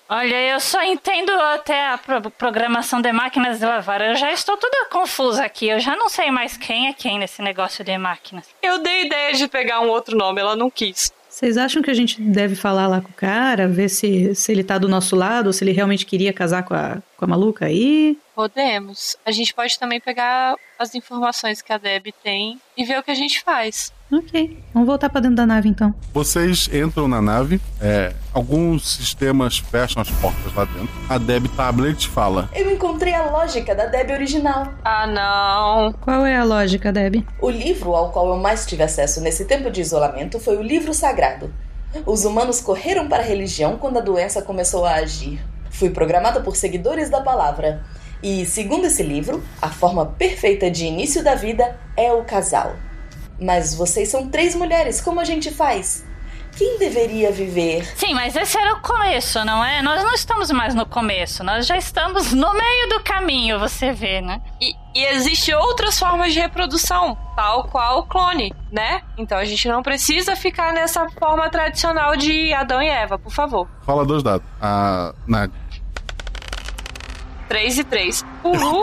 Olha, eu só entendo até a pro- programação de máquinas de lavar. Eu já estou toda confusa aqui. Eu já não sei mais quem é quem nesse negócio de máquinas. Eu dei ideia de pegar um outro nome, ela não quis. Vocês acham que a gente deve falar lá com o cara, ver se, se ele tá do nosso lado, ou se ele realmente queria casar com a, com a maluca aí? Podemos. A gente pode também pegar as informações que a Deb tem e ver o que a gente faz. Ok. Vamos voltar pra dentro da nave então. Vocês entram na nave, é, alguns sistemas fecham as portas lá dentro. A Deb Tablet fala: Eu encontrei a lógica da Deb original. Ah, não. Qual é a lógica, Deb? O livro ao qual eu mais tive acesso nesse tempo de isolamento foi o livro sagrado. Os humanos correram para a religião quando a doença começou a agir. Fui programada por seguidores da palavra. E, segundo esse livro, a forma perfeita de início da vida é o casal. Mas vocês são três mulheres, como a gente faz? Quem deveria viver? Sim, mas esse era o começo, não é? Nós não estamos mais no começo, nós já estamos no meio do caminho, você vê, né? E, e existe outras formas de reprodução, tal qual o clone, né? Então a gente não precisa ficar nessa forma tradicional de Adão e Eva, por favor. Fala dois dados. A, na 3 e 3. Uhul!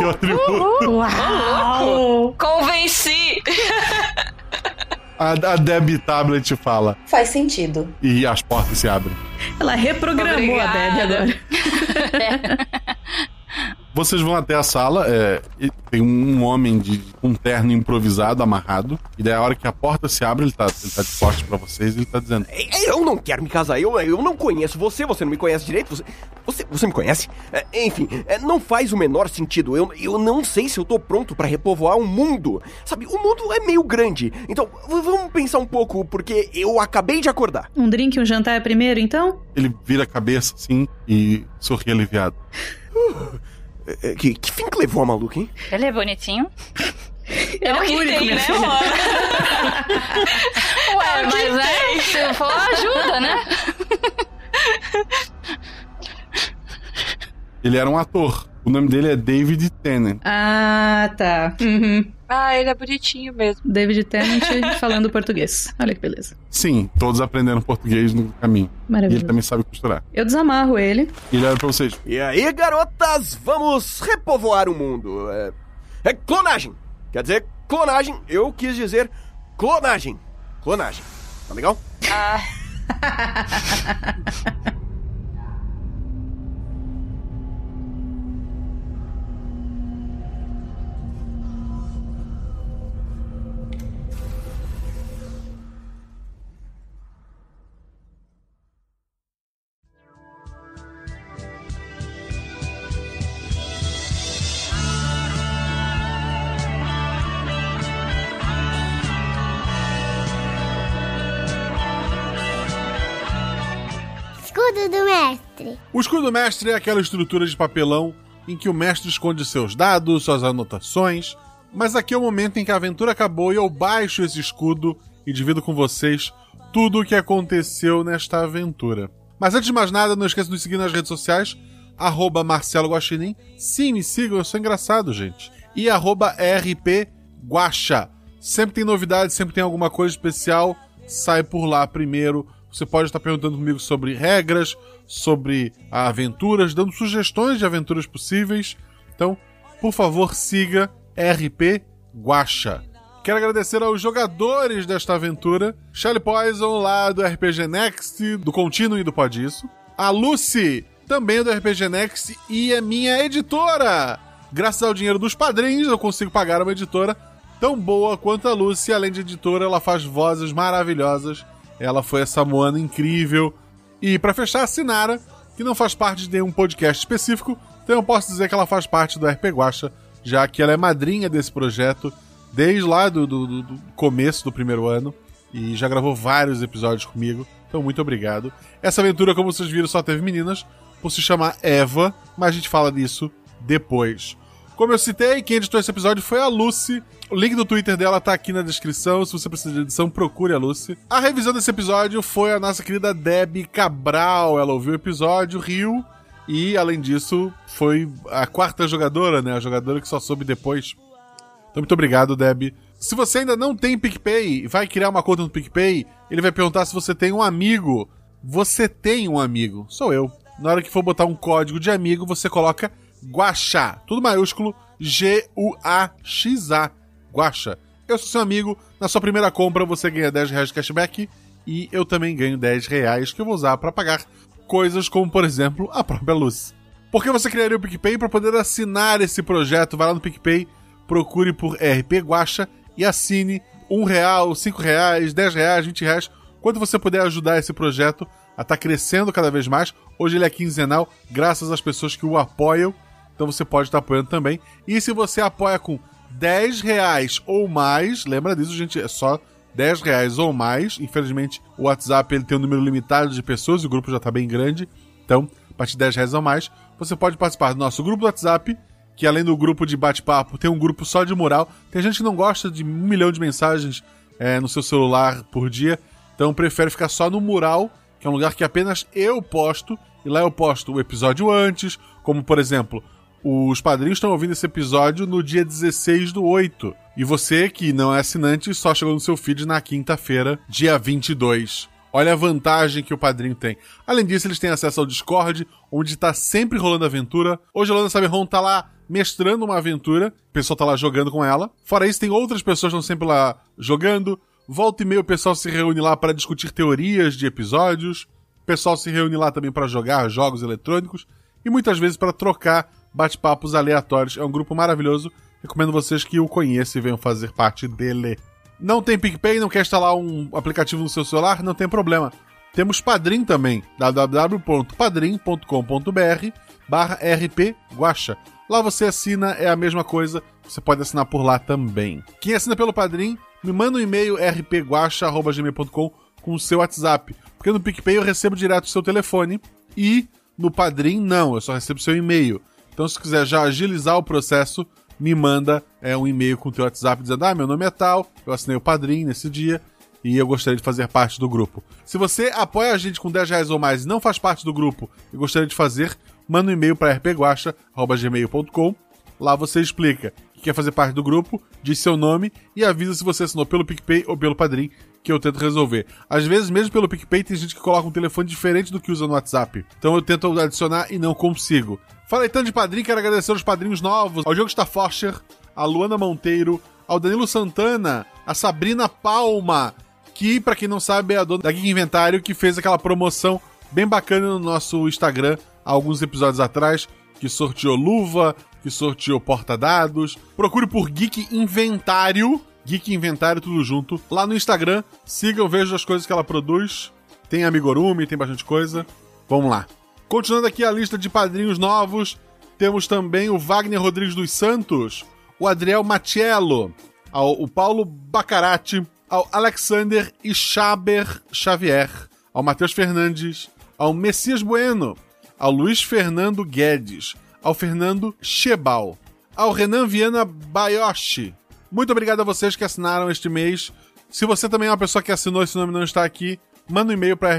Uhul! Uau! Convenci! A, a Deb Tablet fala. Faz sentido. E as portas se abrem. Ela reprogramou Obrigada. a Deb agora. Vocês vão até a sala, é, e tem um homem de com um terno improvisado, amarrado. E daí a hora que a porta se abre, ele tá, ele tá de costas pra vocês e ele tá dizendo. Eu não quero me casar, eu, eu não conheço você, você não me conhece direito, você, você, você me conhece? É, enfim, é, não faz o menor sentido, eu, eu não sei se eu tô pronto pra repovoar o mundo. Sabe, o mundo é meio grande, então v- vamos pensar um pouco, porque eu acabei de acordar. Um drink e um jantar é primeiro, então? Ele vira a cabeça assim e sorri aliviado. É, é, Que, que fim que levou a maluca, hein? Ele é bonitinho. né, Ele é o único, minha filha. Ué, mas é, se for, ajuda, né? Ele era um ator. O nome dele é David Tennant. Ah, tá. Uhum. Ah, ele é bonitinho mesmo. David Tennant falando português. Olha que beleza. Sim, todos aprenderam português no caminho. E Maravilha. ele também sabe costurar. Eu desamarro ele. E ele olha pra vocês. E aí, garotas, vamos repovoar o mundo. É, é clonagem. Quer dizer, clonagem, eu quis dizer clonagem. Clonagem. Tá legal? Ah, Escudo do mestre. O escudo do mestre é aquela estrutura de papelão em que o mestre esconde seus dados, suas anotações, mas aqui é o momento em que a aventura acabou e eu baixo esse escudo e divido com vocês tudo o que aconteceu nesta aventura. Mas antes de mais nada, não esqueça de nos seguir nas redes sociais, arroba Marcelo Guaxinim. Sim, me sigam, eu sou engraçado, gente. E arroba RP Guaxa. Sempre tem novidade, sempre tem alguma coisa especial, sai por lá primeiro. Você pode estar perguntando comigo sobre regras, sobre aventuras, dando sugestões de aventuras possíveis. Então, por favor, siga RP Guaxa. Quero agradecer aos jogadores desta aventura: Shelly Poison, lá do RPG Next, do Continuum e do Pode Isso. A Lucy, também do RPG Next, e é minha editora! Graças ao dinheiro dos padrinhos, eu consigo pagar uma editora tão boa quanto a Lucy. Além de editora, ela faz vozes maravilhosas. Ela foi essa moana incrível. E para fechar, a Sinara, que não faz parte de nenhum podcast específico, então eu posso dizer que ela faz parte do RP Guacha, já que ela é madrinha desse projeto desde lá do, do- do- do começo do primeiro ano e já gravou vários episódios comigo. Então, muito obrigado. Essa aventura, como vocês viram, só teve meninas, por se chamar Eva, mas a gente fala disso depois. Como eu citei, quem editou esse episódio foi a Lucy. O link do Twitter dela tá aqui na descrição. Se você precisa de edição, procure a Lucy. A revisão desse episódio foi a nossa querida Deb Cabral. Ela ouviu o episódio, riu. E, além disso, foi a quarta jogadora, né? A jogadora que só soube depois. Então, muito obrigado, Deb. Se você ainda não tem PicPay, vai criar uma conta no PicPay, ele vai perguntar se você tem um amigo. Você tem um amigo, sou eu. Na hora que for botar um código de amigo, você coloca Guaxá, tudo maiúsculo, G-U-A-X-A, Guaxá. Eu sou seu amigo, na sua primeira compra você ganha 10 reais de cashback e eu também ganho 10 reais que eu vou usar para pagar coisas como, por exemplo, a própria luz. Por que você criaria o PicPay? Para poder assinar esse projeto, vai lá no PicPay, procure por RP Guacha e assine um real, cinco reais, dez reais, vinte reais, quanto você puder ajudar esse projeto a estar crescendo cada vez mais. Hoje ele é quinzenal, graças às pessoas que o apoiam. Então você pode estar apoiando também. E se você apoia com 10 reais ou mais, lembra disso, gente, é só 10 reais ou mais. Infelizmente, o WhatsApp ele tem um número limitado de pessoas e o grupo já está bem grande. Então, a partir de 10 reais ou mais, você pode participar do nosso grupo do WhatsApp, que além do grupo de bate-papo, tem um grupo só de mural. Tem gente que não gosta de um milhão de mensagens é, no seu celular por dia, então prefere ficar só no mural, que é um lugar que apenas eu posto, e lá eu posto o episódio antes, como por exemplo, os padrinhos estão ouvindo esse episódio no dia 16 do 8. E você, que não é assinante, só chegou no seu feed na quinta-feira, dia 22. Olha a vantagem que o padrinho tem. Além disso, eles têm acesso ao Discord, onde tá sempre rolando aventura. Hoje a Lana Saberron tá lá mestrando uma aventura, o pessoal tá lá jogando com ela. Fora isso, tem outras pessoas que estão sempre lá jogando. Volta e meia o pessoal se reúne lá para discutir teorias de episódios. O pessoal se reúne lá também para jogar jogos eletrônicos e muitas vezes para trocar bate-papos aleatórios. É um grupo maravilhoso. Recomendo vocês que o conheçam e venham fazer parte dele. Não tem PicPay, não quer instalar um aplicativo no seu celular? Não tem problema. Temos Padrim também, www.padrim.com.br barra RP Guacha. Lá você assina, é a mesma coisa, você pode assinar por lá também. Quem assina pelo Padrim, me manda um e-mail rpguacha.gmail.com com o seu WhatsApp. Porque no PicPay eu recebo direto o seu telefone e no Padrim não, eu só recebo seu e-mail. Então, se quiser já agilizar o processo, me manda é, um e-mail com o teu WhatsApp dizendo: Ah, meu nome é tal, eu assinei o padrinho nesse dia e eu gostaria de fazer parte do grupo. Se você apoia a gente com 10 reais ou mais e não faz parte do grupo e gostaria de fazer, manda um e-mail para rpguacha.gmail.com. Lá você explica que quer fazer parte do grupo, diz seu nome e avisa se você assinou pelo PicPay ou pelo Padrim, que eu tento resolver. Às vezes, mesmo pelo PicPay, tem gente que coloca um telefone diferente do que usa no WhatsApp. Então eu tento adicionar e não consigo. Falei tanto de padrinho, quero agradecer aos padrinhos novos, ao Diogo Staffordshire, a Luana Monteiro, ao Danilo Santana, a Sabrina Palma, que, pra quem não sabe, é a dona da Geek Inventário, que fez aquela promoção bem bacana no nosso Instagram há alguns episódios atrás, que sorteou luva, que sorteou porta-dados. Procure por Geek Inventário, Geek Inventário, tudo junto, lá no Instagram. Sigam, vejam as coisas que ela produz. Tem amigurumi, tem bastante coisa. Vamos lá. Continuando aqui a lista de padrinhos novos, temos também o Wagner Rodrigues dos Santos, o Adriel Matiello, ao- o Paulo Bacarati, ao Alexander Ischaber Xavier, ao Matheus Fernandes, ao Messias Bueno, ao Luiz Fernando Guedes, ao Fernando Chebal, ao Renan Viana Baioshi. Muito obrigado a vocês que assinaram este mês. Se você também é uma pessoa que assinou e seu nome não está aqui, manda um e-mail para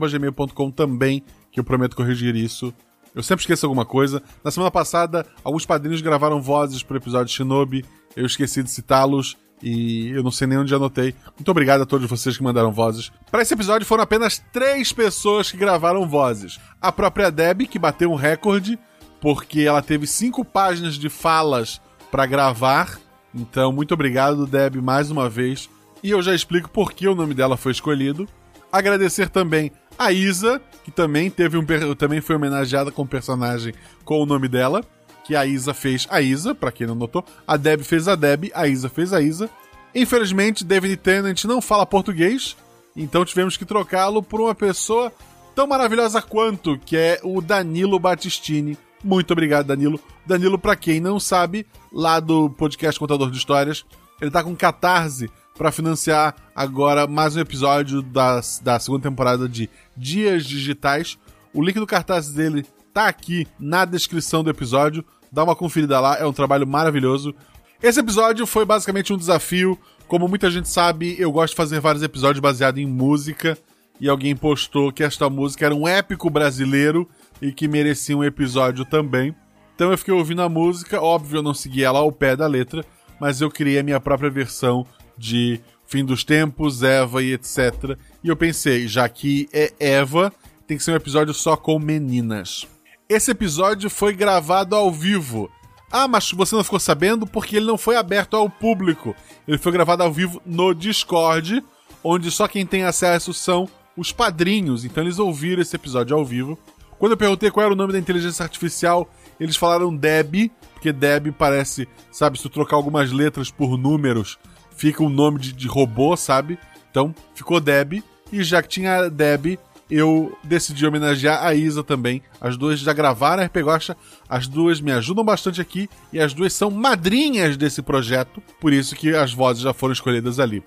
rpguacha.gmail.com também, que eu prometo corrigir isso. Eu sempre esqueço alguma coisa. Na semana passada, alguns padrinhos gravaram vozes para o episódio Shinobi. Eu esqueci de citá-los e eu não sei nem onde anotei. Muito obrigado a todos vocês que mandaram vozes. Para esse episódio foram apenas três pessoas que gravaram vozes. A própria Deb, que bateu um recorde, porque ela teve cinco páginas de falas para gravar. Então, muito obrigado, Deb, mais uma vez. E eu já explico por que o nome dela foi escolhido. Agradecer também a Isa, que também teve um per- também foi homenageada com um personagem com o nome dela, que a Isa fez a Isa, pra quem não notou. A Deb fez a Deb, a Isa fez a Isa. Infelizmente, David Tennant não fala português, então tivemos que trocá-lo por uma pessoa tão maravilhosa quanto, que é o Danilo Battistini. Muito obrigado, Danilo. Danilo, pra quem não sabe, lá do podcast Contador de Histórias, ele tá com catarse pra financiar agora mais um episódio da, da segunda temporada de Dias Digitais. O link do cartaz dele tá aqui na descrição do episódio. Dá uma conferida lá, é um trabalho maravilhoso. Esse episódio foi basicamente um desafio. Como muita gente sabe, eu gosto de fazer vários episódios baseados em música. E alguém postou que esta música era um épico brasileiro e que merecia um episódio também. Então eu fiquei ouvindo a música, óbvio eu não segui ela ao pé da letra, mas eu criei a minha própria versão de Fim dos Tempos, Eva e etc. E eu pensei, já que é Eva, tem que ser um episódio só com meninas. Esse episódio foi gravado ao vivo. Ah, mas você não ficou sabendo porque ele não foi aberto ao público. Ele foi gravado ao vivo no Discord, onde só quem tem acesso são os padrinhos. Então eles ouviram esse episódio ao vivo. Quando eu perguntei qual era o nome da inteligência artificial, eles falaram Deb, porque Deb parece, sabe, se tu trocar algumas letras por números, fica um nome de, de robô, sabe? Então ficou Deb. E já que tinha a Deb, eu decidi homenagear a Isa também. As duas já gravaram a RP Guacha, as duas me ajudam bastante aqui e as duas são madrinhas desse projeto, por isso que as vozes já foram escolhidas ali.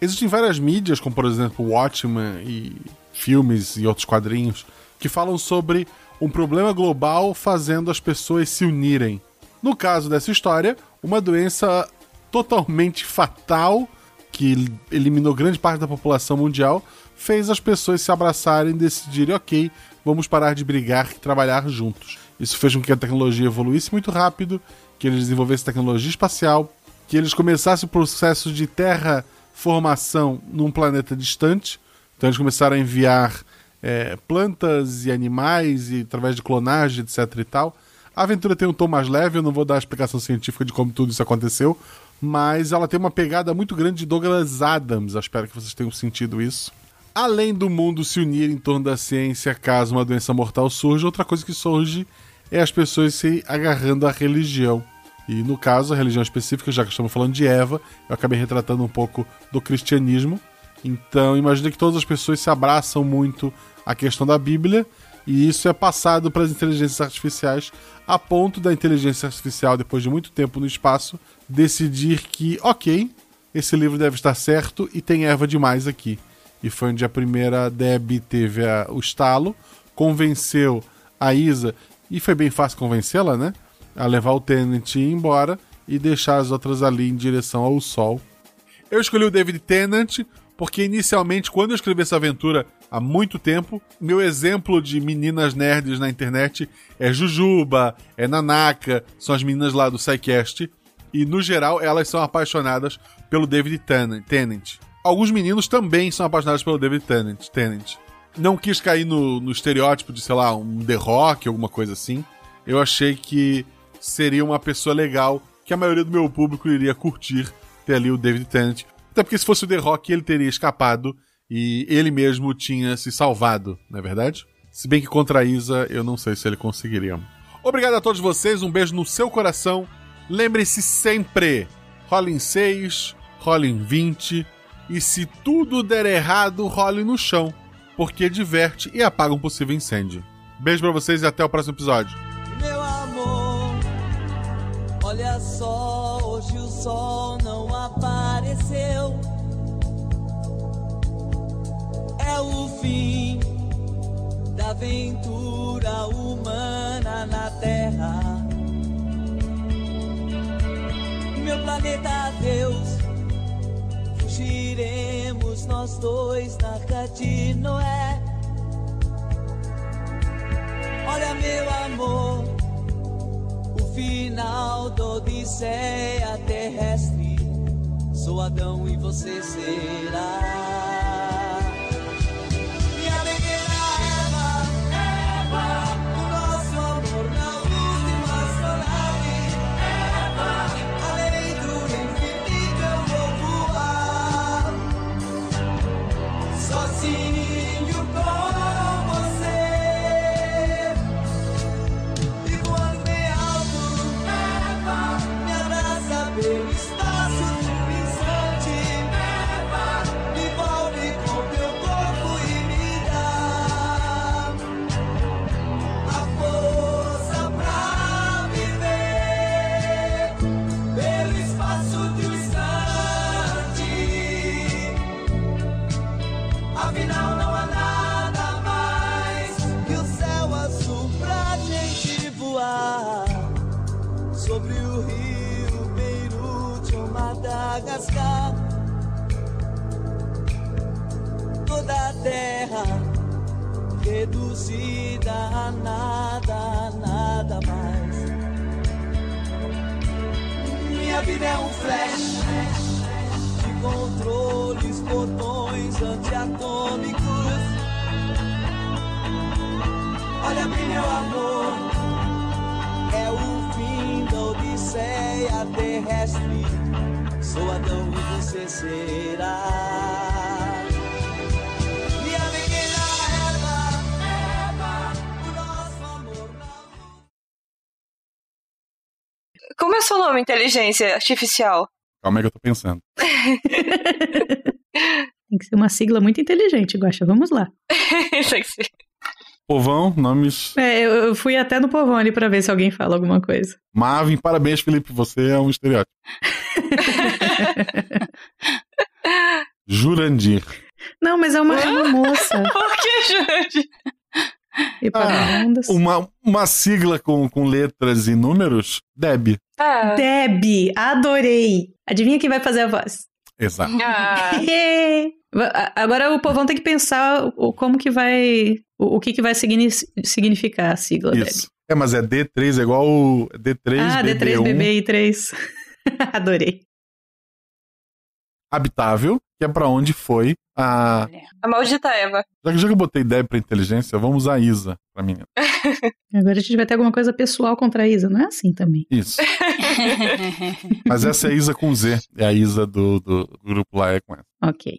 Existem várias mídias, como por exemplo Watchmen e filmes e outros quadrinhos, que falam sobre um problema global fazendo as pessoas se unirem. No caso dessa história, uma doença totalmente fatal que eliminou grande parte da população mundial fez as pessoas se abraçarem e decidirem, ok, vamos parar de brigar e trabalhar juntos. Isso fez com que a tecnologia evoluísse muito rápido, que eles desenvolvessem tecnologia espacial, que eles começassem o processo de terraformação num planeta distante. Então eles começaram a enviar é, plantas e animais e através de clonagem, etc e tal. A aventura tem um tom mais leve, eu não vou dar a explicação científica de como tudo isso aconteceu, mas ela tem uma pegada muito grande de Douglas Adams. Eu espero que vocês tenham sentido isso. Além do mundo se unir em torno da ciência caso uma doença mortal surja, outra coisa que surge é as pessoas se agarrando à religião. E no caso, a religião específica, já que estamos falando de Eva, eu acabei retratando um pouco do cristianismo. Então, imagina que todas as pessoas se abraçam muito à questão da Bíblia, e isso é passado para as inteligências artificiais, a ponto da inteligência artificial, depois de muito tempo no espaço, decidir que, ok, esse livro deve estar certo e tem Eva demais aqui. E foi onde a primeira Deb teve a- o estalo, convenceu a Isa, e foi bem fácil convencê-la, né? A levar o Tennant e ir embora e deixar as outras ali em direção ao sol. Eu escolhi o David Tennant porque inicialmente, quando eu escrevi essa aventura há muito tempo, meu exemplo de meninas nerds na internet é Jujuba, é Nanaka, são as meninas lá do SciCast. E no geral, elas são apaixonadas pelo David Tennant- Tennant. Alguns meninos também são apaixonados pelo David Tennant. Tennant. Não quis cair no, no estereótipo de, sei lá, um The Rock, alguma coisa assim. Eu achei que seria uma pessoa legal que a maioria do meu público iria curtir ter ali o David Tennant. Até porque se fosse o The Rock, ele teria escapado e ele mesmo tinha se salvado, não é verdade? Se bem que contra a Isa, eu não sei se ele conseguiria. Obrigado a todos vocês, um beijo no seu coração. Lembre-se sempre: rola em 6, rola em 20, e se tudo der errado, role no chão, porque diverte e apaga um possível incêndio. Beijo pra vocês e até o próximo episódio. Meu amor, olha só, hoje o sol não apareceu. É o fim da aventura humana na Terra. Meu planeta Deus, fugiremos nós dois na arca de Noé. Olha, meu amor, o final da Odisseia terrestre. Sou Adão e você será. Minha alegria, Eva, Eva, o nosso amor na última sonave. Eva, além do infinito eu vou voar. Sozinho com você. E voando bem alto, Eva, me abraça pelo espaço deslizante. Eva, me envolve com teu corpo e me dá a força pra viver pelo espaço um distante. Afinal, não há nada mais que o céu azul pra gente voar sobre o rio Beirute ou Madagascar. Toda a terra reduzida a nada, a nada mais. Minha vida é um flash de controles, botões antiatômicos. Olha bem, meu amor, é o fim da Odisseia terrestre. Sou Adão e você será. Minha pequena Eva, Eva, o nosso amor Como é seu nome, inteligência artificial? Calma aí que eu tô pensando. Tem que ser uma sigla muito inteligente, Guaxa. Vamos lá. Povão, nomes. É, eu, eu fui até no povão ali pra ver se alguém fala alguma coisa. Marvin, parabéns, Felipe. Você é um estereótipo. Jurandir. Não, mas é uma, é uma moça. Por que, Jurandir? E para ondas. Ah, Uma, uma sigla com, com letras e números? Deb. Ah. Deb, adorei. Adivinha quem vai fazer a voz? Exato. Ah. Va- Agora o povão tem que pensar o- como que vai. O o que, que vai signi- significar a sigla Isso. É, mas é D3 é igual o D3, Deb. Ah, BB1, D3, BB e 3. Adorei. habitável, que é pra onde foi a. A maldita Eva. Já que, já que eu botei Deb pra inteligência, vamos a Isa pra menina. Agora a gente vai ter alguma coisa pessoal contra a Isa, não é assim também. Isso. Mas essa é a Isa com Z. É a Isa do, do grupo lá, é com essa. ok.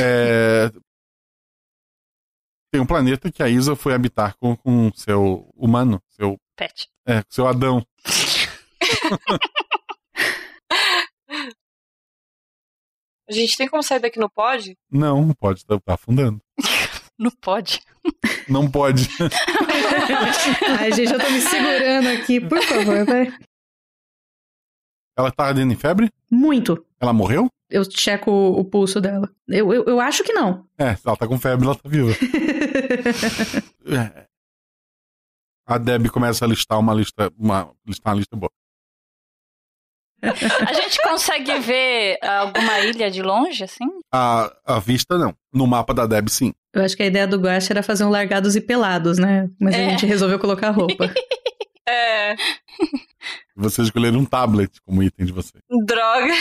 É, Tem um planeta que a Isa foi habitar com, com seu humano, seu. Pet. É, com seu Adão. A gente tem como sair daqui no pod? Não, não pode, tá, tá afundando. No pod. Não pode. Ai, gente, eu tô me segurando aqui, por favor, vai. Ela tá ardendo em febre? Muito. Ela morreu? Eu checo o pulso dela. Eu, eu, eu acho que não. É, ela tá com febre, ela tá viva. É. A Deb começa a listar uma lista, uma, listar uma lista boa. A gente consegue ver alguma ilha de longe, assim? A, a vista, não. No mapa da Deb, sim. Eu acho que a ideia do Guache era fazer um largados e pelados, né? Mas a É. gente resolveu colocar roupa. É. Vocês escolheram um tablet como item de vocês. Droga.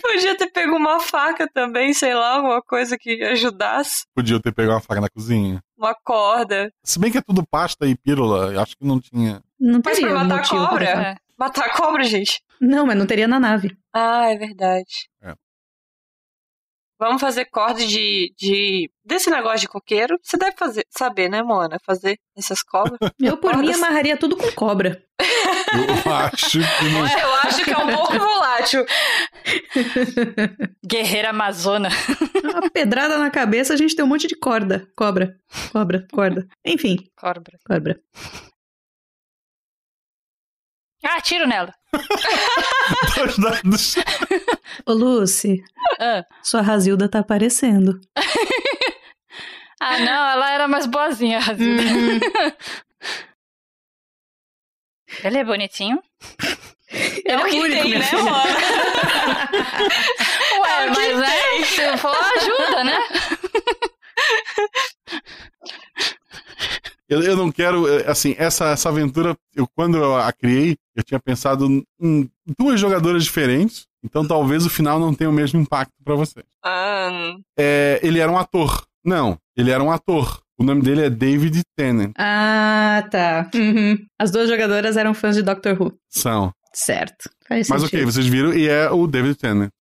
Podia ter pego uma faca também, sei lá, alguma coisa que ajudasse. Podia ter pegado uma faca na cozinha. Uma corda. Se bem que é tudo pasta e pílula, eu acho que não tinha. Não Mas teria pra um matar motivo pra cobra? falar. Matar cobra, gente? Não, mas não teria na nave. Ah, é verdade. É. Vamos fazer corda de, de. desse negócio de coqueiro. Você deve fazer, saber, né, Moana? Fazer essas cobras. Eu, por mim, Cordas. amarraria tudo com cobra. Eu acho que não. Eu acho que é um pouco volátil. Guerreira amazona. Uma pedrada na cabeça, a gente tem um monte de corda. Cobra, cobra, corda. Enfim, Cobra. cobra. Ah, tiro nela. Dois dados. Ô, Lucy, Ah. sua Razilda tá aparecendo. Ah, não, ela era mais boazinha, Razilda. Ele é bonitinho. É o que tem, né, Moana? Ué, É mas né, se for, ajuda, né? Eu, eu não quero. eh, Assim, essa, essa aventura, eu, quando eu a criei, eu tinha pensado em duas jogadoras diferentes. Então talvez o final não tenha o mesmo impacto pra vocês. Ah, É, ele era um ator. Não, ele era um ator. O nome dele é David Tennant. Ah, tá. Uhum. As duas jogadoras eram fãs de Doctor Who. São. Certo. Faz Mas ok, sentido. vocês viram e é o David Tennant.